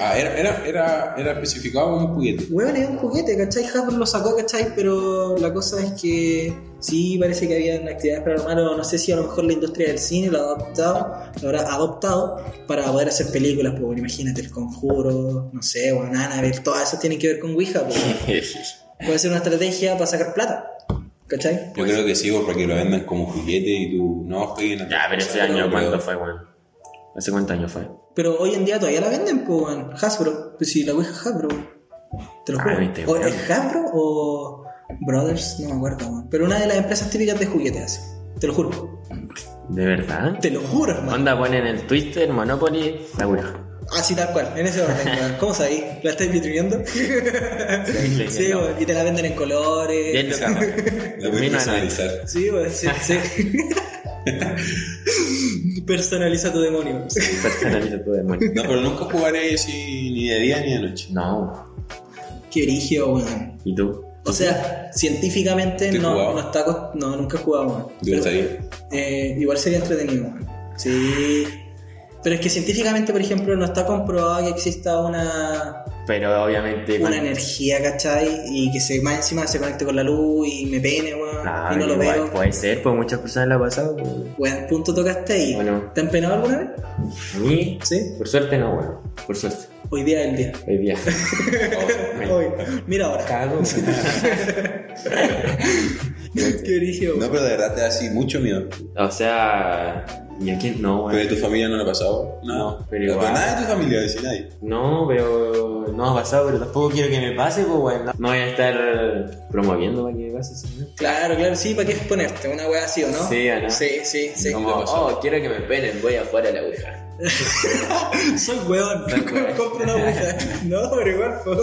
Speaker 3: Ah, era, era, era, era especificado como un juguete.
Speaker 4: Weón, es un juguete, ¿cachai? Hasbro lo sacó, ¿cachai? Pero la cosa es que sí, parece que habían actividades paranormales, o no sé si a lo mejor la industria del cine lo ha adoptado, lo habrá adoptado para poder hacer películas, pues bueno, imagínate, El Conjuro, no sé, weón, Annabelle, todas esas tienen que ver con Ouija, pues. Puede ser una estrategia para sacar plata, ¿cachai?
Speaker 3: Yo creo que sí, vos, para que lo vendan como juguete y tú no jueguen a-
Speaker 2: Ya, pero ese
Speaker 3: no,
Speaker 2: año,
Speaker 3: pero-
Speaker 2: ¿cuánto fue, weón? ¿Hace cuántos años fue?
Speaker 4: Pero hoy en día todavía la venden, pues, weón, Hasbro, pues si la Ouija es Hasbro, weón. te lo
Speaker 2: Ah,
Speaker 4: juro.
Speaker 2: viste,
Speaker 4: o
Speaker 2: weón.
Speaker 4: es Hasbro o Brothers, no me acuerdo, weón. pero una de las empresas típicas de juguetes, así. te lo juro.
Speaker 2: ¿De verdad?
Speaker 4: Te lo juro, hermano.
Speaker 2: Onda ponen el Twister, Monopoly, la weá.
Speaker 4: Así tal cual, en ese
Speaker 2: <laughs>
Speaker 4: orden, weón. ¿Cómo sabéis? ¿La estáis vitrineando?
Speaker 2: Sí,
Speaker 4: sí,
Speaker 2: no.
Speaker 4: weón. Y te la venden en
Speaker 2: Bien
Speaker 4: colores.
Speaker 2: tocado.
Speaker 3: La voy a
Speaker 2: Mira,
Speaker 3: personalizar.
Speaker 4: Sí, weón, sí,
Speaker 2: <laughs>
Speaker 4: sí. Personaliza tu demonio.
Speaker 2: Personaliza tu demonio.
Speaker 3: No, pero nunca jugaré así ni de día ni de noche.
Speaker 2: No.
Speaker 4: Qué origio, weón.
Speaker 2: ¿Y tú?
Speaker 4: O sea, científicamente
Speaker 3: ¿Te
Speaker 4: no,
Speaker 3: jugaba?
Speaker 4: no está. cost- No, nunca he jugado, weón.
Speaker 3: ¿Te gustaría?
Speaker 4: Eh, igual sería entretenido, weón. Sí. Pero es que científicamente, por ejemplo, no está comprobado que exista una
Speaker 2: Pero obviamente.
Speaker 4: una
Speaker 2: cuando-
Speaker 4: energía, ¿cachai? Y que se más encima se conecte con la luz y me pene, weón.
Speaker 2: Ah,
Speaker 4: y no lo
Speaker 2: igual
Speaker 4: veo.
Speaker 2: Puede ser, pues muchas personas la han pasado. pues.
Speaker 4: Weón, punto tocaste ahí.
Speaker 2: Bueno.
Speaker 4: ¿Te han penado alguna vez?
Speaker 2: A mí,
Speaker 4: Sí.
Speaker 2: por suerte no, weón. Por suerte.
Speaker 4: Hoy día es el día.
Speaker 2: Hoy
Speaker 4: <laughs>
Speaker 2: día.
Speaker 4: Hoy. Mira ahora.
Speaker 2: Cago, weón.
Speaker 4: Qué origen,
Speaker 3: No,
Speaker 4: weón.
Speaker 3: pero de verdad te da así mucho miedo.
Speaker 2: O sea, ¿Y a quién? No,
Speaker 3: ¿Pero de
Speaker 2: weón.
Speaker 3: tu familia no le ha pasado? Nada.
Speaker 2: No, pero igual.
Speaker 3: nada de tu familia, de nadie.
Speaker 2: No, pero no ha pasado, pero tampoco quiero que me pase, pues, weón. No, no voy a estar promoviendo para que me pase, señor.
Speaker 4: Claro, claro, sí, ¿para qué exponerte? Una wea así, ¿o no?
Speaker 2: Sí, ¿o no?
Speaker 4: Sí, sí, sí.
Speaker 2: Como, oh, quiero que me penen, voy a jugar a la Ouija.
Speaker 4: Soy <laughs> weón,
Speaker 2: Soy weón.
Speaker 4: compro una ouija. <laughs> No, pero igual, po.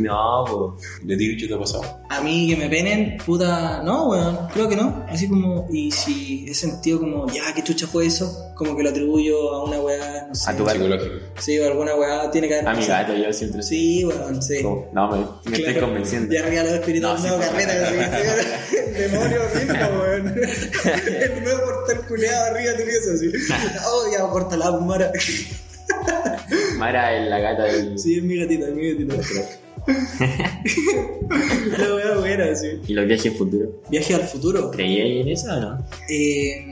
Speaker 2: No, pues.
Speaker 3: De ti, bicho, te ha pasado.
Speaker 4: A mí que me penen, puta, no, weón, creo que no. Así como, y si he sentido como, ya, qué chucha fue eso, como que lo atribuyo a una weá, no sé.
Speaker 2: A tu gato.
Speaker 3: Psicológico.
Speaker 4: Sí, o alguna weá tiene que haber.
Speaker 2: A mi
Speaker 4: pasado.
Speaker 2: gato, yo siempre
Speaker 4: Sí, weón, sí.
Speaker 2: Como, No, me, me estoy
Speaker 4: Claro.
Speaker 2: convenciendo.
Speaker 4: Ya arriba los espíritus,
Speaker 2: No,
Speaker 4: no,
Speaker 2: sí,
Speaker 4: carrera, así.
Speaker 2: <laughs>
Speaker 4: demonio mismo, weón. El nuevo portal culeado arriba de tu pieza,
Speaker 2: <laughs>
Speaker 4: así. Oh, ya, corta la Mara.
Speaker 2: Mara es la gata del.
Speaker 4: Sí, es mi gatita, es mi gatita.
Speaker 2: <laughs>
Speaker 4: la weá buena, así.
Speaker 2: ¿Y los viajes futuros?
Speaker 4: Viaje al futuro.
Speaker 2: ¿Creía en eso o no?
Speaker 4: Eh,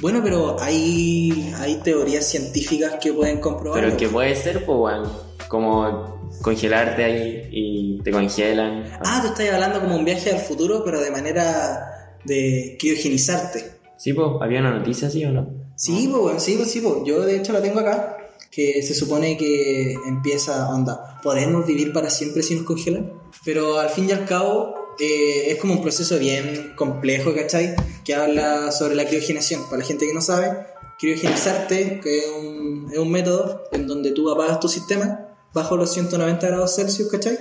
Speaker 4: bueno, pero hay, hay teorías científicas que pueden comprobar.
Speaker 2: Pero que puede ser, pues, weón. Como congelarte ahí y te congelan.
Speaker 4: Ah, tú estás hablando como un viaje al futuro, pero de manera de criogenizarte.
Speaker 2: Sí, pues, había una noticia así o no?
Speaker 4: Sí, po, weón, sí, po, sí, po. yo de hecho la tengo acá, que se supone que empieza, onda, podemos vivir para siempre si nos congelan, pero al fin y al cabo eh, es como un proceso bien complejo, ¿cachai? Que habla sobre la criogenización, para la gente que no sabe, criogenizarte que es un, es un método en donde tú apagas tu sistema bajo los 190 grados Celsius, ¿cachai?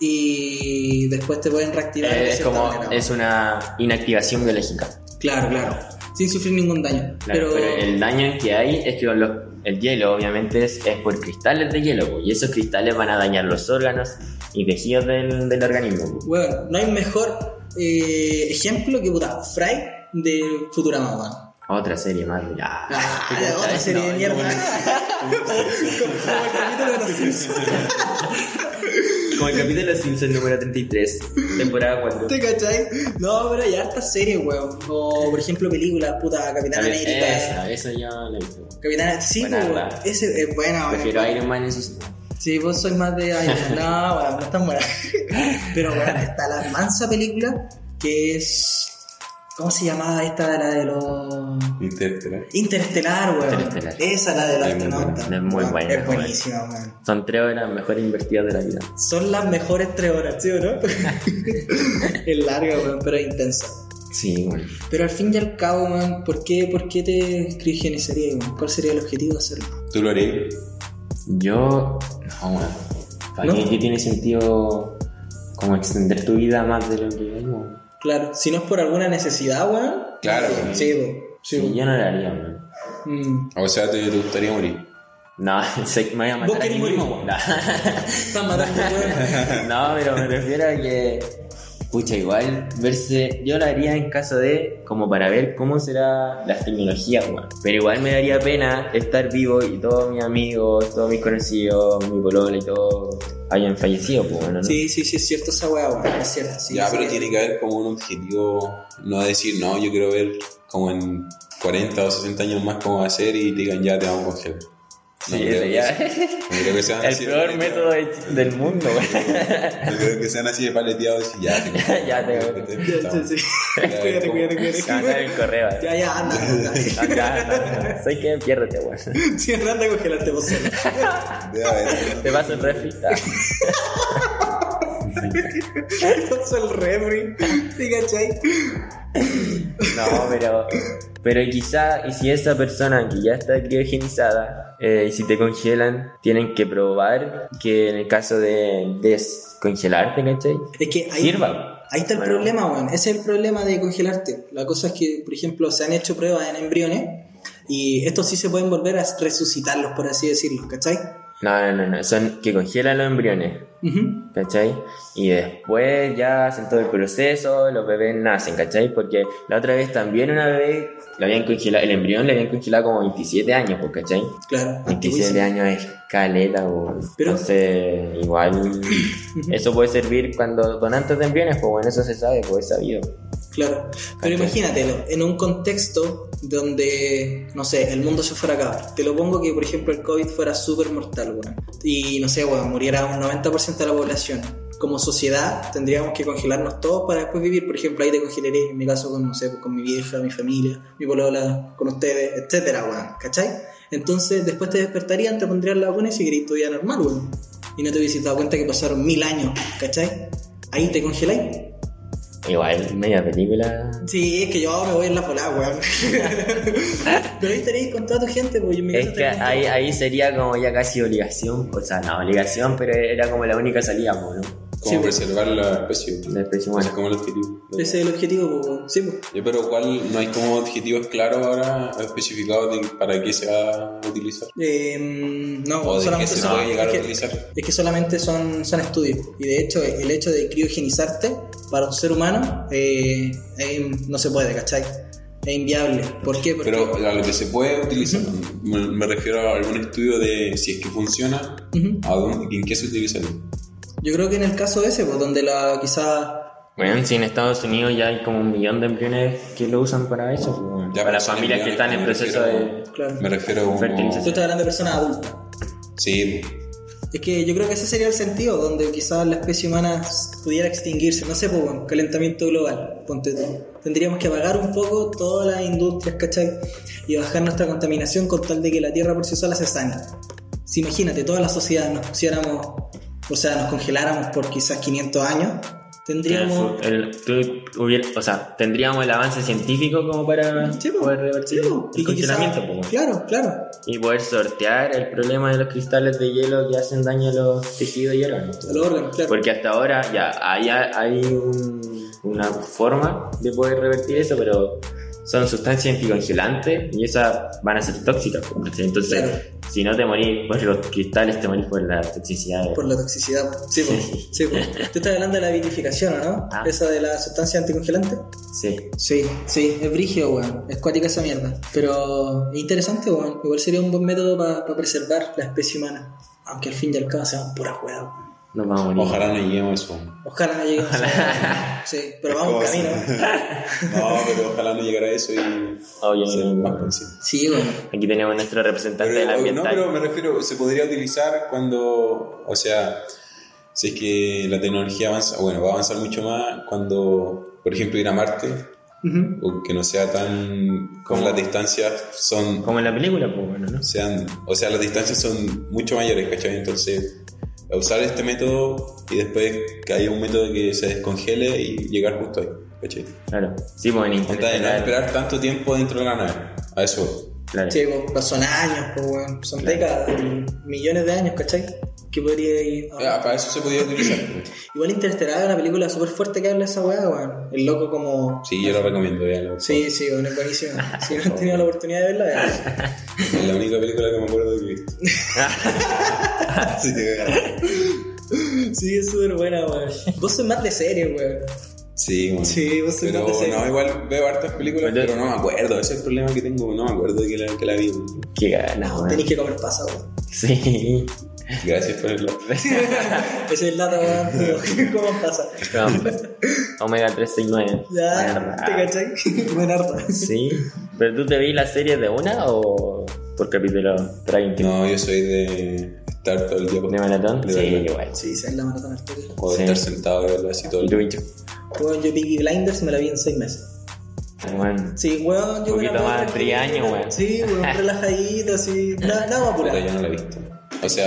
Speaker 4: Y después te pueden reactivar. de
Speaker 2: Eh, es
Speaker 4: cierta
Speaker 2: como.
Speaker 4: manera.
Speaker 2: Es una inactivación biológica.
Speaker 4: Claro, claro, sin sufrir ningún daño.
Speaker 2: Claro,
Speaker 4: pero...
Speaker 2: pero... el daño que hay es que los- el hielo, obviamente, es, es por cristales de hielo, pues, y esos cristales van a dañar los órganos y tejidos del, del organismo. pues.
Speaker 4: Bueno, no hay mejor eh, ejemplo que puta Fry de Futurama, weón.
Speaker 2: Otra serie más. de- Ah,
Speaker 4: Ah,
Speaker 2: ¿te
Speaker 4: la
Speaker 2: cachas?
Speaker 4: otra serie
Speaker 2: No,
Speaker 4: de
Speaker 2: no,
Speaker 4: mierda.
Speaker 2: bueno.
Speaker 4: Como el capítulo de los Simpsons.
Speaker 2: Como el capítulo de los Simpsons número 33, temporada 4.
Speaker 4: <laughs> ¿Te cachai? No, pero hay hartas series, weón. O, por ejemplo, películas, puta Capitán América.
Speaker 2: Esa, esa yo la he visto.
Speaker 4: Capitán sí,
Speaker 2: Buena,
Speaker 4: pues,
Speaker 2: ¿verdad?
Speaker 4: weón. Ese es buena, weón.
Speaker 2: Prefiero Iron Man en sus.
Speaker 4: Sí, vos sois más de Iron Man. No, weón, no
Speaker 2: <laughs>
Speaker 4: es tan buena. Pero, weón, está la mansa película que es. ¿Cómo se llamaba esta de la de los.
Speaker 2: ¿eh?
Speaker 3: Interestelar.
Speaker 4: Interestelar, weón.
Speaker 2: Interestelar.
Speaker 4: Esa es la
Speaker 3: Es
Speaker 4: del
Speaker 3: muy
Speaker 4: astronauta.
Speaker 2: buena, es muy
Speaker 4: weón.
Speaker 2: buena,
Speaker 4: Es
Speaker 2: weón.
Speaker 4: buenísima, weón.
Speaker 2: Son tres horas mejor invertidas de la vida.
Speaker 4: Son las mejores tres horas, ¿sí
Speaker 2: <laughs>
Speaker 4: o no? es larga, weón, pero es intensa.
Speaker 2: Sí, bueno.
Speaker 4: Pero al fin y al cabo, weón, ¿por qué, por qué te criogenizarías, weón? ¿Cuál sería el objetivo de hacerlo?
Speaker 3: ¿Tú lo harías?
Speaker 2: Yo. No, bueno. ¿Para
Speaker 4: ¿No?
Speaker 2: qué, qué tiene sentido como extender tu vida más de lo que hay, bueno?
Speaker 4: Claro, si no es por alguna necesidad, weón.
Speaker 3: Claro, weón.
Speaker 4: Sí, weón. Sí,
Speaker 2: Sí,
Speaker 4: weón.
Speaker 2: yo no lo haría, weón.
Speaker 4: Mm.
Speaker 3: O sea, te, te gustaría morir.
Speaker 2: No, <laughs> sé que me voy a
Speaker 4: ¿Vos
Speaker 2: matar aquí
Speaker 4: querés morir?
Speaker 2: mismo. No.
Speaker 4: Estás matando, weón.
Speaker 2: <laughs> No, pero me refiero a que. Pucha, igual, verse. Yo lo haría en caso de. Como para ver cómo será las tecnologías, weón. Pero igual me daría pena estar vivo y todos mis amigos, todos mis conocidos, mi polola y todo. hayan fallecido, pues, bueno, ¿no?
Speaker 4: Sí, sí, sí, es cierto esa weá, weón. Es cierto, sí.
Speaker 3: ya,
Speaker 4: sí.
Speaker 3: pero tiene que haber como un objetivo. No decir, no, yo quiero ver como en 40 o 60 años más cómo va a ser y te digan, ya te vamos a congelar. No
Speaker 2: Sí,
Speaker 3: creo
Speaker 2: eso
Speaker 3: que
Speaker 2: ya.
Speaker 3: sea- no creo que
Speaker 4: <laughs>
Speaker 3: sean
Speaker 2: <laughs> El
Speaker 3: así de
Speaker 2: peor
Speaker 3: paleteados.
Speaker 2: método de- del mundo, weón.
Speaker 3: No creo que sean así de paleteados y ya
Speaker 4: <laughs>
Speaker 3: te
Speaker 2: <laughs> Ya te-
Speaker 4: Ya, sí, sí.
Speaker 3: Ya,
Speaker 4: <laughs> Cuídate,
Speaker 3: ¿cómo?
Speaker 4: cuídate,
Speaker 2: Anda
Speaker 4: cuídate.
Speaker 2: el correo. eh.
Speaker 4: Ya, ya, anda,
Speaker 3: <laughs>
Speaker 4: anda.
Speaker 2: Anda, anda, anda. Sé que piérdete, weón.
Speaker 4: Si anda a congelarte vos solo. <laughs>
Speaker 3: Debe haber.
Speaker 2: Te vas el refri. Ah.
Speaker 4: Vos el refri. ¿Sí, cachai?
Speaker 2: No, pero. Pero quizá, y si esa persona que ya está criogenizada, eh, y si te congelan, tienen que probar que en el caso de descongelarte, ¿cachai?
Speaker 4: Es que ahí,
Speaker 2: Sirva.
Speaker 4: ahí está el
Speaker 2: Bueno.
Speaker 4: problema, weón. Ese es el problema de congelarte. La cosa es que, por ejemplo, se han hecho pruebas en embriones y estos sí se pueden volver a resucitarlos, por así decirlo, ¿cachai?
Speaker 2: No, no, no, no. Son que congelan los embriones,
Speaker 4: Ujú.
Speaker 2: ¿cachai? Y después ya hacen todo el proceso, los bebés nacen, ¿cachai? Porque la otra vez también una bebé, la habían congelado, el embrión le habían congelado como 27 años, pues, ¿cachai?
Speaker 4: Claro.
Speaker 2: 27 años es caleta, pues, weón.
Speaker 4: Ah, Pero-
Speaker 2: Entonces, igual. eso puede servir cuando donantes de embriones, pues bueno, eso se sabe, pues es sabido.
Speaker 4: Claro. Pero imagínatelo, en un contexto donde, no sé, el mundo se fuera a acabar. Te lo pongo que, por ejemplo, el COVID fuera súper mortal, weón. Y, no sé, weón, muriera un 90% de la población. como sociedad tendríamos que congelarnos todos para después vivir. Por ejemplo, ahí te congelaría en mi caso con, no sé, pues, con mi vieja, mi familia, mi polola, con ustedes, etcétera, weón, ¿cachai? Entonces después te despertarían, te pondrían la vacuna y seguirías tu vida normal, weón. Y no te hubieses dado cuenta que pasaron mil años, ¿cachai? Ahí te congeláis.
Speaker 2: Igual, media película.
Speaker 4: Sí, es que yo me voy en la volada,
Speaker 2: <laughs>
Speaker 4: weón. Pero ahí estaréis con toda tu gente, pues, porque en mi
Speaker 2: Es
Speaker 4: casa
Speaker 2: que
Speaker 4: estaría-
Speaker 2: ahí, ahí sería como ya casi obligación, o sea, no obligación, pero era como la única salida, po, ¿no?
Speaker 3: Como
Speaker 4: Sí, pues.
Speaker 3: preservar la especie.
Speaker 2: La especie
Speaker 3: Ese es
Speaker 2: humana.
Speaker 3: como el objetivo.
Speaker 4: Ese es el objetivo, po, weón. sí, pues. po.
Speaker 3: Ya, pero ¿cuál no hay como objetivos claros ahora especificados de para qué se va a utilizar?
Speaker 4: Eh, no,
Speaker 3: ¿O de qué
Speaker 4: solamente
Speaker 3: Oh, se
Speaker 4: son-
Speaker 3: puede llegar a
Speaker 4: es que-
Speaker 3: utilizar?
Speaker 4: Es que solamente son, son estudios. Y de hecho, el hecho de criogenizarte para un ser humano eh, eh, no se puede, ¿cachai? Es inviable. ¿Por qué? Porque,
Speaker 3: Pero a lo que se puede utilizar, me, me refiero a algún estudio de si es que funciona,
Speaker 4: Ujú.
Speaker 3: a dónde, en qué se utilizaría.
Speaker 4: Yo creo que en el caso ese, pues, donde la quizá...
Speaker 2: Bueno, si en Estados Unidos ya hay como un millón de embriones que lo usan para eso, po, bueno.
Speaker 3: Ya,
Speaker 2: para
Speaker 3: pero son
Speaker 2: familias que están en
Speaker 3: embriones,
Speaker 2: proceso
Speaker 3: me
Speaker 2: de...
Speaker 3: refiero-
Speaker 4: Claro.
Speaker 3: Me refiero a
Speaker 2: Fertilización.
Speaker 4: Tú estás hablando de personas adultas.
Speaker 3: Sí,
Speaker 4: Es que yo creo que ese sería el sentido, donde quizás la especie humana s- pudiera extinguirse, no sé, pues, bueno, calentamiento global, ponte tú. Tendríamos que apagar un poco todas las industrias, ¿cachai? Y bajar nuestra contaminación con tal de que la Tierra por sí sola se sane. Si imagínate, toda la sociedad nos pusiéramos, o sea, nos congeláramos por quizás 500 años, tendríamos...
Speaker 2: El fu- el- tú hubier- o sea, tendríamos el avance científico como para
Speaker 4: Sí, pues,
Speaker 2: poder revertir
Speaker 4: sí, pues,
Speaker 2: el
Speaker 4: y que quizás-
Speaker 2: congelamiento po, bueno.
Speaker 4: Claro, claro.
Speaker 2: y poder sortear el problema de los cristales de hielo que hacen daño a los tejidos y órganos.
Speaker 4: Al orden, claro.
Speaker 2: Porque hasta ahora ya hay, hay un- una forma de poder revertir eso, pero son sustancias anticongelantes y esas van a ser tóxicas. po, ¿cachai? Entonces,
Speaker 4: Claro.
Speaker 2: si no te morís por los cristales, te morís por la toxicidad. de-
Speaker 4: Por la toxicidad. Sí, pues, sí, pues. Tú estás hablando de la vinificación, ¿o ¿no?
Speaker 2: Ah.
Speaker 4: Esa de la sustancia anticongelante.
Speaker 2: Sí.
Speaker 4: Sí, sí, es brígido, weón. Es cuática esa mierda. Pero es interesante, weón. Igual sería un buen método para preservar la especie humana. Aunque al fin y al cabo sean puras weas, weón.
Speaker 2: Nos vamos a morir.
Speaker 3: ojalá no lleguemos a eso.
Speaker 4: Ojalá no lleguemos a Sí, pero vamos
Speaker 3: Cosa.
Speaker 4: camino.
Speaker 3: No, pero ojalá no llegara a eso y
Speaker 2: Ah, Oye, eh,
Speaker 3: ser
Speaker 2: no,
Speaker 3: más
Speaker 2: no.
Speaker 3: consciente.
Speaker 4: Sí, weón.
Speaker 2: Aquí tenemos nuestro representante del
Speaker 3: Pero, eh, no,
Speaker 2: ambiental.
Speaker 3: pero me refiero, se podría utilizar cuando, o sea, si es que la tecnología avanza, bueno, va a avanzar mucho más cuando, por ejemplo, ir a Marte,
Speaker 4: Ujú.
Speaker 3: o que no sea tan, como las distancias son
Speaker 2: Como en la película, pues bueno, ¿no?
Speaker 3: sean, o sea, las distancias son mucho mayores, ¿cachai? Entonces, usar este método y después que haya un método que se descongele y llegar justo ahí, ¿cachai?
Speaker 2: Claro. Sí, pues en
Speaker 3: Onda de no
Speaker 2: Interestelar,
Speaker 3: esperar tanto tiempo dentro de la nave, a eso. voy.
Speaker 2: claro.
Speaker 4: Sí, weón. pero Son años, pues, weón. Son décadas, millones de años, ¿cachai? Que podría ir.
Speaker 3: Ah, para eso se podía utilizar.
Speaker 4: Igual Interestelar es una película súper fuerte que habla de esa weá, weón. El loco como.
Speaker 3: Sí, yo lo recomiendo, ya. lo-
Speaker 4: Sí, sí, weón, es buenísima. Si no han tenido la oportunidad de verla, vean.
Speaker 3: Es la única película que me acuerdo de que he visto. Sí, te cagas.
Speaker 4: Sí, es súper buena, weón. Vos sos más de serie, weón.
Speaker 3: Sí, bueno.
Speaker 4: Sí, vos sos
Speaker 3: Pero
Speaker 4: más de serie.
Speaker 3: no, igual veo hartas películas,
Speaker 2: Pero-
Speaker 3: pero no me acuerdo. Ese es el problema que tengo, no me acuerdo de que la, que la vi.
Speaker 2: Qué ganas, weón.
Speaker 4: Tenéis que comer pasa, weón.
Speaker 2: Sí.
Speaker 3: Gracias por el...
Speaker 4: Ese
Speaker 3: <laughs>
Speaker 4: es el dato, weón. <laughs> ¿Cómo pasa?
Speaker 2: Omega 369.
Speaker 4: Ya,
Speaker 2: Mierda.
Speaker 4: ¿te cachai? <laughs> Buen harta.
Speaker 2: Sí. ¿Pero tú te vi la serie de una o por capítulo? ¿Trae un
Speaker 3: No, yo soy de estar todo el día con-
Speaker 2: ¿De maratón?
Speaker 3: De
Speaker 2: sí,
Speaker 3: maratón.
Speaker 2: igual.
Speaker 4: Sí, esa es la maratón arterial.
Speaker 3: O de
Speaker 2: Sí.
Speaker 3: estar sentado y verla así todo
Speaker 2: ¿Y
Speaker 3: el
Speaker 2: tú,
Speaker 3: día.
Speaker 2: bicho?
Speaker 4: Weón, yo Peaky Blinders me la vi en seis meses.
Speaker 2: Bueno.
Speaker 4: Sí, weón, yo
Speaker 2: Un
Speaker 4: me la
Speaker 2: poquito
Speaker 4: veo
Speaker 2: más,
Speaker 4: tranquila.
Speaker 2: tres años, weón.
Speaker 4: Sí,
Speaker 2: <laughs>
Speaker 4: weón, relajadita, así. Nada, nada más
Speaker 3: Puta,
Speaker 4: apurado.
Speaker 3: yo no la he visto. O sea,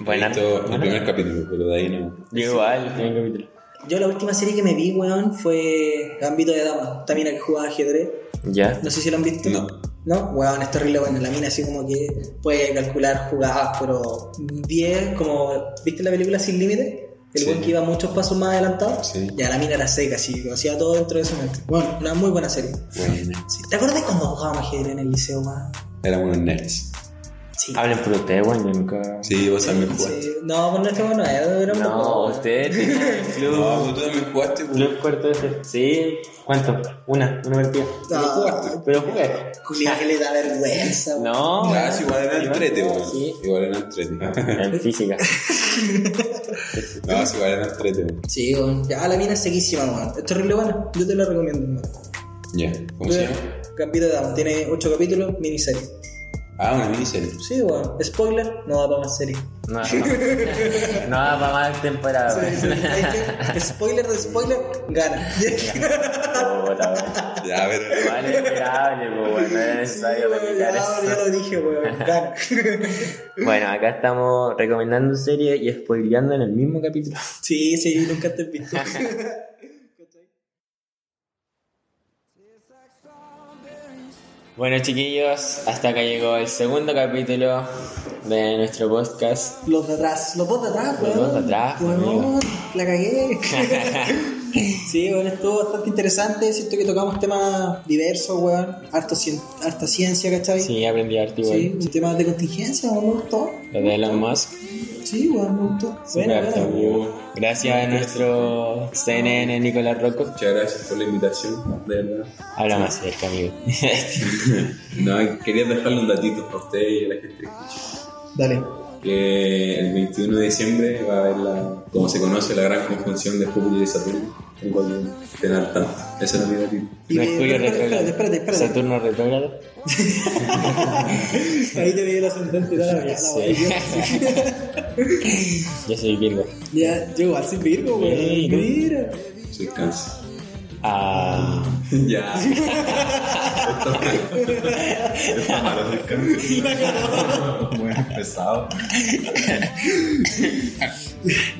Speaker 4: Buena.
Speaker 3: he visto el primer capítulo, pero de ahí no.
Speaker 2: Yo igual, el primer capítulo.
Speaker 4: Yo la última serie que me vi, weón, fue Gambito de Dama. Esta mina que jugaba ajedrez.
Speaker 2: ¿Ya?
Speaker 4: No sé si lo han visto.
Speaker 3: No.
Speaker 4: No, weón, es terrible. Bueno, la mina así como que puede calcular jugadas, pero 10, como. ¿Viste la película Sin Límite? El
Speaker 3: Sí.
Speaker 4: buen que iba muchos pasos más adelantado.
Speaker 3: Sí.
Speaker 4: Ya la mina era seca, así, lo hacía todo dentro de su mente. Bueno, una muy buena serie.
Speaker 3: Bueno,
Speaker 4: Sí. ¿Te acuerdas cuando jugábamos ajedrez en el liceo, weón?
Speaker 3: éramos unos nerds.
Speaker 4: Sí.
Speaker 3: Ah,
Speaker 2: Hablen por ustedes, weón. Yo nunca.
Speaker 3: Sí, vos también jugaste.
Speaker 4: Sí. No, pues no es que bueno, era un
Speaker 2: No,
Speaker 4: poco-
Speaker 3: este-
Speaker 2: ustedes tenían el <laughs> club.
Speaker 3: No, tú también jugaste. pues.
Speaker 2: Club cuarto de Sí, ¿cuánto? Una, una partida.
Speaker 4: No,
Speaker 2: Pero jugué.
Speaker 4: culiao que le da vergüenza, weón.
Speaker 2: No.
Speaker 3: Ya, sí, igual era
Speaker 2: Igual,
Speaker 3: entrete, weón.
Speaker 2: sí. Ah.
Speaker 3: Igual era entrete.
Speaker 2: En física.
Speaker 3: No, sí, igual era entrete, weón.
Speaker 4: Sí, weón. Ya, la mina es sequísima, weón. Es terrible buena. Yo te la recomiendo, weón.
Speaker 3: Ya, ¿cómo se llama?
Speaker 4: Gambito de Dama. Tiene 8 capítulos, miniserie.
Speaker 3: Ah, una miniserie.
Speaker 4: Sí, weón. Spoiler, no da para más serie.
Speaker 2: No, no, no da para más temporada.
Speaker 4: Sí, sí, <laughs> hay que- Spoiler de spoiler, gana.
Speaker 2: <laughs> Puta, weón.
Speaker 3: Ya, pero.
Speaker 2: Igual es esperable, po, weón, no era necesario replicar
Speaker 4: Ya,
Speaker 2: eso.
Speaker 4: ya lo dije, weón. Gana. <laughs>
Speaker 2: Bueno, acá estamos recomendando series y spoileando en el mismo capítulo.
Speaker 4: Sí, sí, nunca te he
Speaker 2: <laughs>
Speaker 4: visto.
Speaker 2: Bueno, chiquillos, hasta acá llegó el segundo capítulo de nuestro podcast.
Speaker 4: Los de atrás, los dos de atrás,
Speaker 2: Los
Speaker 4: weón.
Speaker 2: dos de atrás,
Speaker 4: Weón,
Speaker 2: amigo. <laughs>
Speaker 4: la cagué. sí, weón, estuvo bastante interesante. Siento que tocamos temas diversos, weón. Harto cien- harta ciencia, ¿cachai?
Speaker 2: Sí, aprendí arte igual.
Speaker 4: Sí, temas de contingencia, weón, me gustó.
Speaker 2: Lo de Elon Musk.
Speaker 4: Sí, weón, me gustó. Bueno,
Speaker 2: Super
Speaker 4: weón.
Speaker 2: tabú. Gracias a nuestro CNN Nicolás Rocco.
Speaker 3: Muchas gracias por la invitación, de verdad.
Speaker 2: Habla más cerca, amigo.
Speaker 3: No, quería dejarle un datito a usted y a la gente que escucha.
Speaker 4: Dale.
Speaker 3: Que el 21 de diciembre va a haber la, como se conoce, la gran conjunción de Júpiter y de Saturno, el cual estén al tanto. Ese era mi datito.
Speaker 4: Y de-
Speaker 2: Mercurio
Speaker 4: espérate,
Speaker 2: retrógrado.
Speaker 4: espérate, espérate.
Speaker 2: Saturno retrógrado.
Speaker 4: Ahí te veía el ascendente toda la mañana, weón.
Speaker 2: Yo soy Virgo.
Speaker 4: Ya, yo igual soy Virgo,
Speaker 2: Sí,
Speaker 4: weón.
Speaker 2: ¿no?
Speaker 4: Mira.
Speaker 3: Soy cáncer. <laughs>
Speaker 2: Ah,
Speaker 3: Ya. Está mal. Está malo soy cáncer. <laughs> Muy pesado.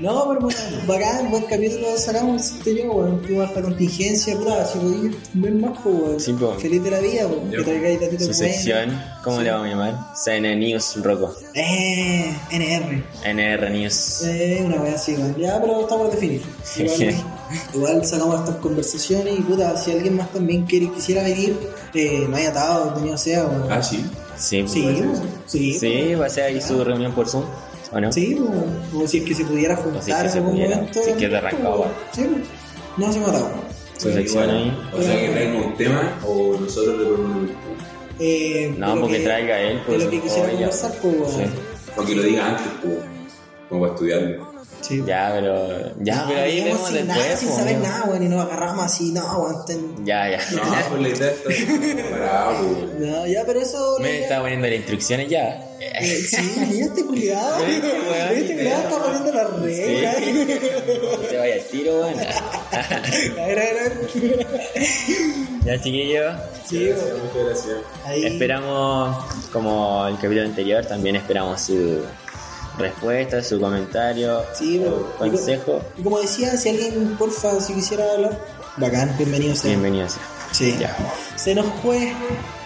Speaker 4: No, pero bueno, bacán, buen capítulo sacamos, siento yo, weón. Tuvo harta contingencia, puta, si podía ver más, pues, weón.
Speaker 2: Sí, po.
Speaker 4: Feliz de la vida, weón. Que
Speaker 3: Ya.
Speaker 4: traigáis datitos
Speaker 2: su sección. ¿Cómo le vamos a llamar? CNN News Rocco.
Speaker 4: Eh, NR.
Speaker 2: NR News.
Speaker 4: Eh, una wea así, weón. Ya, pero está
Speaker 2: <laughs>
Speaker 4: por definir. Igual, igual sacamos estas conversaciones y puta, si alguien más también quiere, quisiera venir, eh, no haya atado, bienvenido sea, weón.
Speaker 3: Ah, sí.
Speaker 2: Sí,
Speaker 4: Sí,
Speaker 2: pues.
Speaker 4: weón. sí,
Speaker 2: Sí, va a ser ahí su reunión por Zoom. ¿O no?
Speaker 4: Sí, o, o si es que se pudiera juntar
Speaker 2: O si es que
Speaker 4: en
Speaker 2: se
Speaker 4: algún
Speaker 2: pudiera,
Speaker 4: momento.
Speaker 2: si es que es de
Speaker 4: también,
Speaker 2: Rancagua.
Speaker 4: pues, Sí, pues. no se me ha dado.
Speaker 2: Su sección ahí.
Speaker 3: O sea, que traigan un tema o nosotros le ponemos un tema.
Speaker 4: Eh,
Speaker 2: No,
Speaker 4: de lo
Speaker 2: porque
Speaker 4: que-
Speaker 2: traiga él,
Speaker 4: de
Speaker 2: pues,
Speaker 4: lo que quisiera
Speaker 2: o ella.
Speaker 4: conversar, pues,
Speaker 2: Sí.
Speaker 4: weón.
Speaker 3: O que lo diga antes, como, como para estudiarlo.
Speaker 4: Sí.
Speaker 2: Ya, pero. Ya,
Speaker 4: No,
Speaker 2: pero ahí
Speaker 4: llegamos
Speaker 2: vemos
Speaker 4: sin
Speaker 2: después.
Speaker 4: Nada, sin
Speaker 2: po,
Speaker 4: saber
Speaker 2: amigo.
Speaker 4: nada, weón, y nos agarramos así, no, aguanten.
Speaker 2: Ya, ya.
Speaker 3: No, pues la idea está preparado. pues.
Speaker 4: No, ya, pero eso.
Speaker 2: Me está poniendo las instrucciones ya.
Speaker 4: Eh, Sí, mira este
Speaker 2: <laughs>
Speaker 4: cuidado.
Speaker 2: Vete, weón,
Speaker 4: Este cuidado
Speaker 2: idea.
Speaker 4: está poniendo las reglas.
Speaker 2: <laughs> No te vaya el tiro, weón.
Speaker 4: A ver, a ver, a ver.
Speaker 2: Ya, chiquillos.
Speaker 4: Sí, weón.
Speaker 3: Muchas gracias.
Speaker 4: Ahí.
Speaker 2: Esperamos, como el capítulo anterior, también esperamos su respuesta, su comentario,
Speaker 4: Sí,
Speaker 2: su
Speaker 4: weón.
Speaker 2: consejo.
Speaker 4: Y como decía, si alguien, porfa, si quisiera hablar, bacán, bienvenido sea.
Speaker 2: Bienvenidos.
Speaker 4: Sí.
Speaker 2: Ya.
Speaker 4: Se nos fue